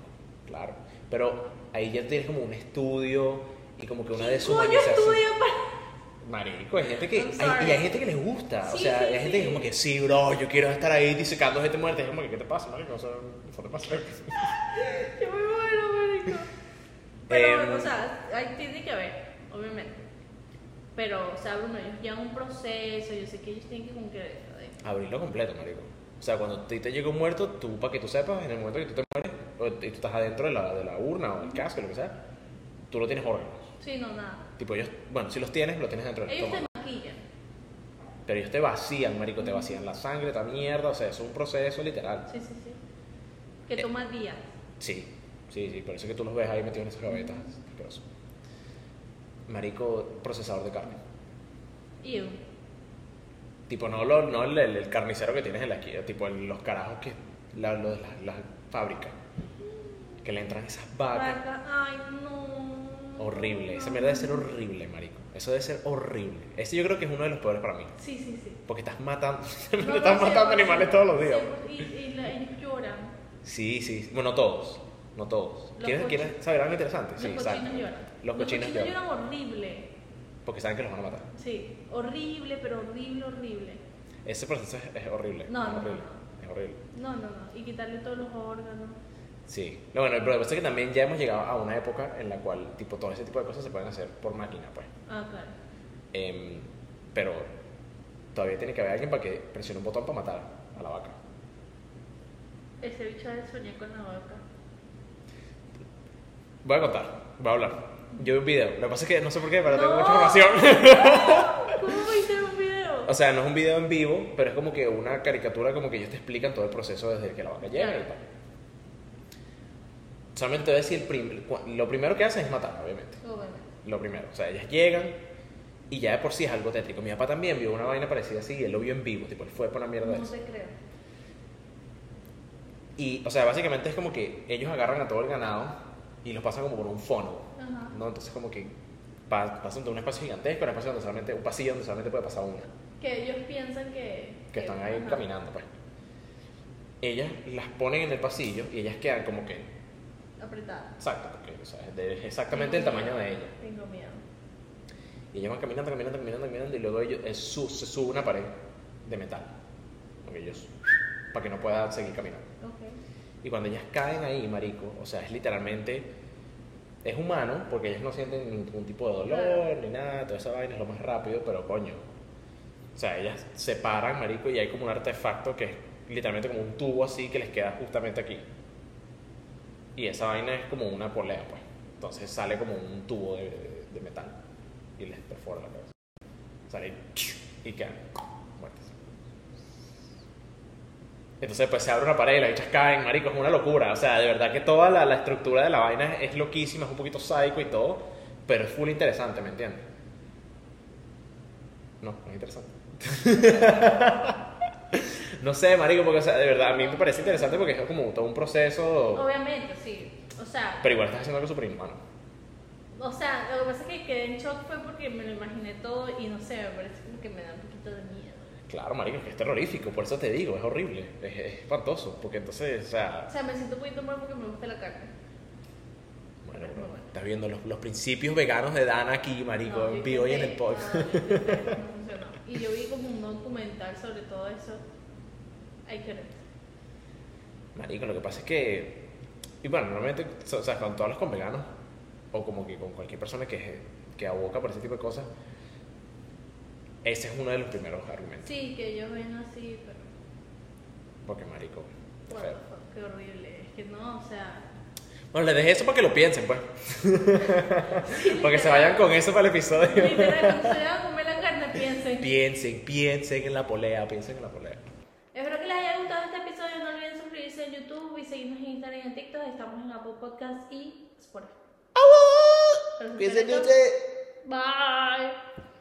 Speaker 1: Claro. Pero ahí ya tienes como un estudio y como que una
Speaker 2: Coño,
Speaker 1: deshumanización.
Speaker 2: estudio para...
Speaker 1: Marico, hay gente que.
Speaker 2: I'm
Speaker 1: hay-
Speaker 2: sorry.
Speaker 1: y hay gente que les gusta. o
Speaker 2: Sí,
Speaker 1: sea,
Speaker 2: sí,
Speaker 1: hay gente que
Speaker 2: sí.
Speaker 1: es como que sí, bro, yo quiero estar ahí disecando gente muerta. Es como que, ¿qué te pasa, marico? O sea, ¿qué te pasa?
Speaker 2: Yo me muero, marico. Pero,
Speaker 1: Em.
Speaker 2: o sea, ahí tiene que haber, obviamente. Pero, o sea, Bruno, ellos llevan un proceso, yo sé que ellos tienen que como que...
Speaker 1: Abrirlo completo, marico. O sea, cuando a ti te llega un muerto, tú, para que tú sepas, en el momento que tú te mueres, o- y tú estás adentro de la, de la urna o el casco, lo que sea, tú no tienes órganos.
Speaker 2: Sí, no, nada.
Speaker 1: Tipo, ellos, bueno, si los tienes, los tienes dentro del
Speaker 2: Ellos
Speaker 1: estómago.
Speaker 2: te maquillan.
Speaker 1: Pero ellos te vacían, marico, te vacían la sangre, esta mierda, o sea, es un proceso literal.
Speaker 2: Sí, sí, sí. Que
Speaker 1: Eh.
Speaker 2: toma días.
Speaker 1: Sí, sí, sí, por eso es que tú los ves ahí metidos en esas gavetas. asqueroso. Marico, procesador de carne.
Speaker 2: Y un-
Speaker 1: Tipo, no, lo, no el, el- el carnicero que tienes en la esquina, tipo el- los carajos que. La, los- la, la fábrica. Que le entran esas vacas.
Speaker 2: Vaca. Ay, no.
Speaker 1: Ah, Horrible. Esa
Speaker 2: No.
Speaker 1: mierda debe ser horrible, marico. Eso debe ser horrible. Ese yo creo que es uno de los peores para mí.
Speaker 2: Sí, sí, sí.
Speaker 1: Porque estás matando.
Speaker 2: No, no,
Speaker 1: estás matando
Speaker 2: seguro,
Speaker 1: animales todos los días.
Speaker 2: seguro. Y, y la- ellos lloran.
Speaker 1: Sí, sí. Bueno, no todos. No todos.
Speaker 2: Los
Speaker 1: ¿Quieres,
Speaker 2: cochi-
Speaker 1: ¿Quieres saber algo interesante?
Speaker 2: Los
Speaker 1: sí,
Speaker 2: cochinos
Speaker 1: exacto.
Speaker 2: lloran.
Speaker 1: Los cochinos lloran.
Speaker 2: horrible.
Speaker 1: Porque saben que los van a matar.
Speaker 2: Sí, horrible, pero horrible, horrible.
Speaker 1: Ese proceso es, es horrible.
Speaker 2: No,
Speaker 1: es
Speaker 2: no,
Speaker 1: horrible.
Speaker 2: no.
Speaker 1: Es horrible.
Speaker 2: No, no, no. Y quitarle todos los órganos.
Speaker 1: Sí. No, bueno, pero lo que pasa es que también ya hemos llegado a una época en la cual, tipo, todo ese tipo de cosas se pueden hacer por máquina, pues.
Speaker 2: Ah, claro.
Speaker 1: Em, pero todavía tiene que haber alguien para que presione un botón para matar a la vaca.
Speaker 2: Ese bicho de soñar con la vaca.
Speaker 1: Voy a contar, voy a hablar. Yo vi un video. Lo que pasa es que no sé por qué, pero tengo
Speaker 2: No.
Speaker 1: mucha información.
Speaker 2: ¿Cómo viste un video?
Speaker 1: O sea, no es un video en vivo, pero es como que una caricatura como que ellos te explican todo el proceso desde que la vaca llega y tal. Solamente te voy a decir, el prim- cu- lo primero que hacen es matar, obviamente.
Speaker 2: Obviamente.
Speaker 1: Lo primero. O sea, ellas llegan y ya de por sí es algo tétrico. Mi papá también vio una vaina parecida así y él lo vio en vivo. Tipo, él fue por una mierda de
Speaker 2: No
Speaker 1: eso.
Speaker 2: te creo.
Speaker 1: Y, o sea, básicamente es como que ellos agarran a todo el ganado y los pasan como por un fono.
Speaker 2: Ajá.
Speaker 1: ¿no? Entonces como que pa- pasan de un espacio gigantesco a un espacio donde solamente, un pasillo donde solamente puede pasar una,
Speaker 2: Que ellos piensan que.
Speaker 1: que están ahí
Speaker 2: ajá.
Speaker 1: caminando, pues. Ellas las ponen en el pasillo y ellas quedan como que,
Speaker 2: Apretadas.
Speaker 1: exacto, porque o sea, es de- es exactamente el tamaño de ellas.
Speaker 2: Tengo miedo.
Speaker 1: Y ellas van caminando, caminando, caminando, caminando y luego ellos, es su- se sube una pared de metal, porque ellos, para que no pueda seguir caminando.
Speaker 2: Ok.
Speaker 1: Y cuando ellas caen ahí, marico, o sea, es literalmente, es humano, porque ellas no sienten ningún tipo de dolor,
Speaker 2: Claro.
Speaker 1: ni nada, toda esa vaina es lo más rápido, pero coño. O sea, ellas se paran, marico, y hay como un artefacto que es literalmente como un tubo así que les queda justamente aquí. Y esa vaina es como una polea, pues. Entonces sale como un tubo de, de- de metal y les perfora la cabeza. Sale y quedan muertas. Entonces, pues se abre una pared y las bichas caen, marico, es una locura. O sea, de verdad que toda la, la estructura de la vaina es loquísima, es un poquito psycho y todo, pero es full interesante, ¿me entiendes? No, no es interesante. no sé, marico, porque, o sea, de verdad, a mí me parece interesante porque es como todo un proceso,
Speaker 2: Obviamente, sí. O sea,
Speaker 1: Oh. pero igual estás haciendo algo súper inhumano.
Speaker 2: o sea, lo que pasa es que quedé en shock fue porque me lo imaginé todo y no sé, me parece como que me da un poquito de miedo.
Speaker 1: Claro, marico, es que es terrorífico, por eso te digo, es horrible, es, es espantoso, porque entonces, o sea,
Speaker 2: O sea, me siento un poquito mal porque me gusta la carne.
Speaker 1: bueno, bro, estás viendo los, los principios veganos de Dana aquí, marico,
Speaker 2: No,
Speaker 1: en
Speaker 2: yo
Speaker 1: vivo y en el
Speaker 2: intenté,
Speaker 1: podcast.
Speaker 2: no, yo intenté, no funcionó. Y yo vi como un documental sobre todo eso. Hay que ver.
Speaker 1: Marico, lo que pasa es que. Y bueno, normalmente, o sea, cuando tú hablas con veganos, o como que con cualquier persona que, que aboca por ese tipo de cosas, ese es uno de los primeros argumentos.
Speaker 2: Sí, que ellos ven así, pero.
Speaker 1: Porque, marico, está
Speaker 2: What
Speaker 1: feo.
Speaker 2: the fuck, qué horrible. Es que no, o sea.
Speaker 1: Bueno, les dejé eso para que lo piensen, pues.
Speaker 2: sí,
Speaker 1: Para que se vayan con eso para el episodio.
Speaker 2: Literal, cuando se vayan a comer la carne, piensen.
Speaker 1: piensen, piensen en la polea, piensen en la polea.
Speaker 2: Espero que les haya gustado este episodio. No olviden suscribirse en YouTube y seguirnos en Instagram y en TikTok. Estamos en Apple Podcast y Spotify. Pero si ustedes no- Bye.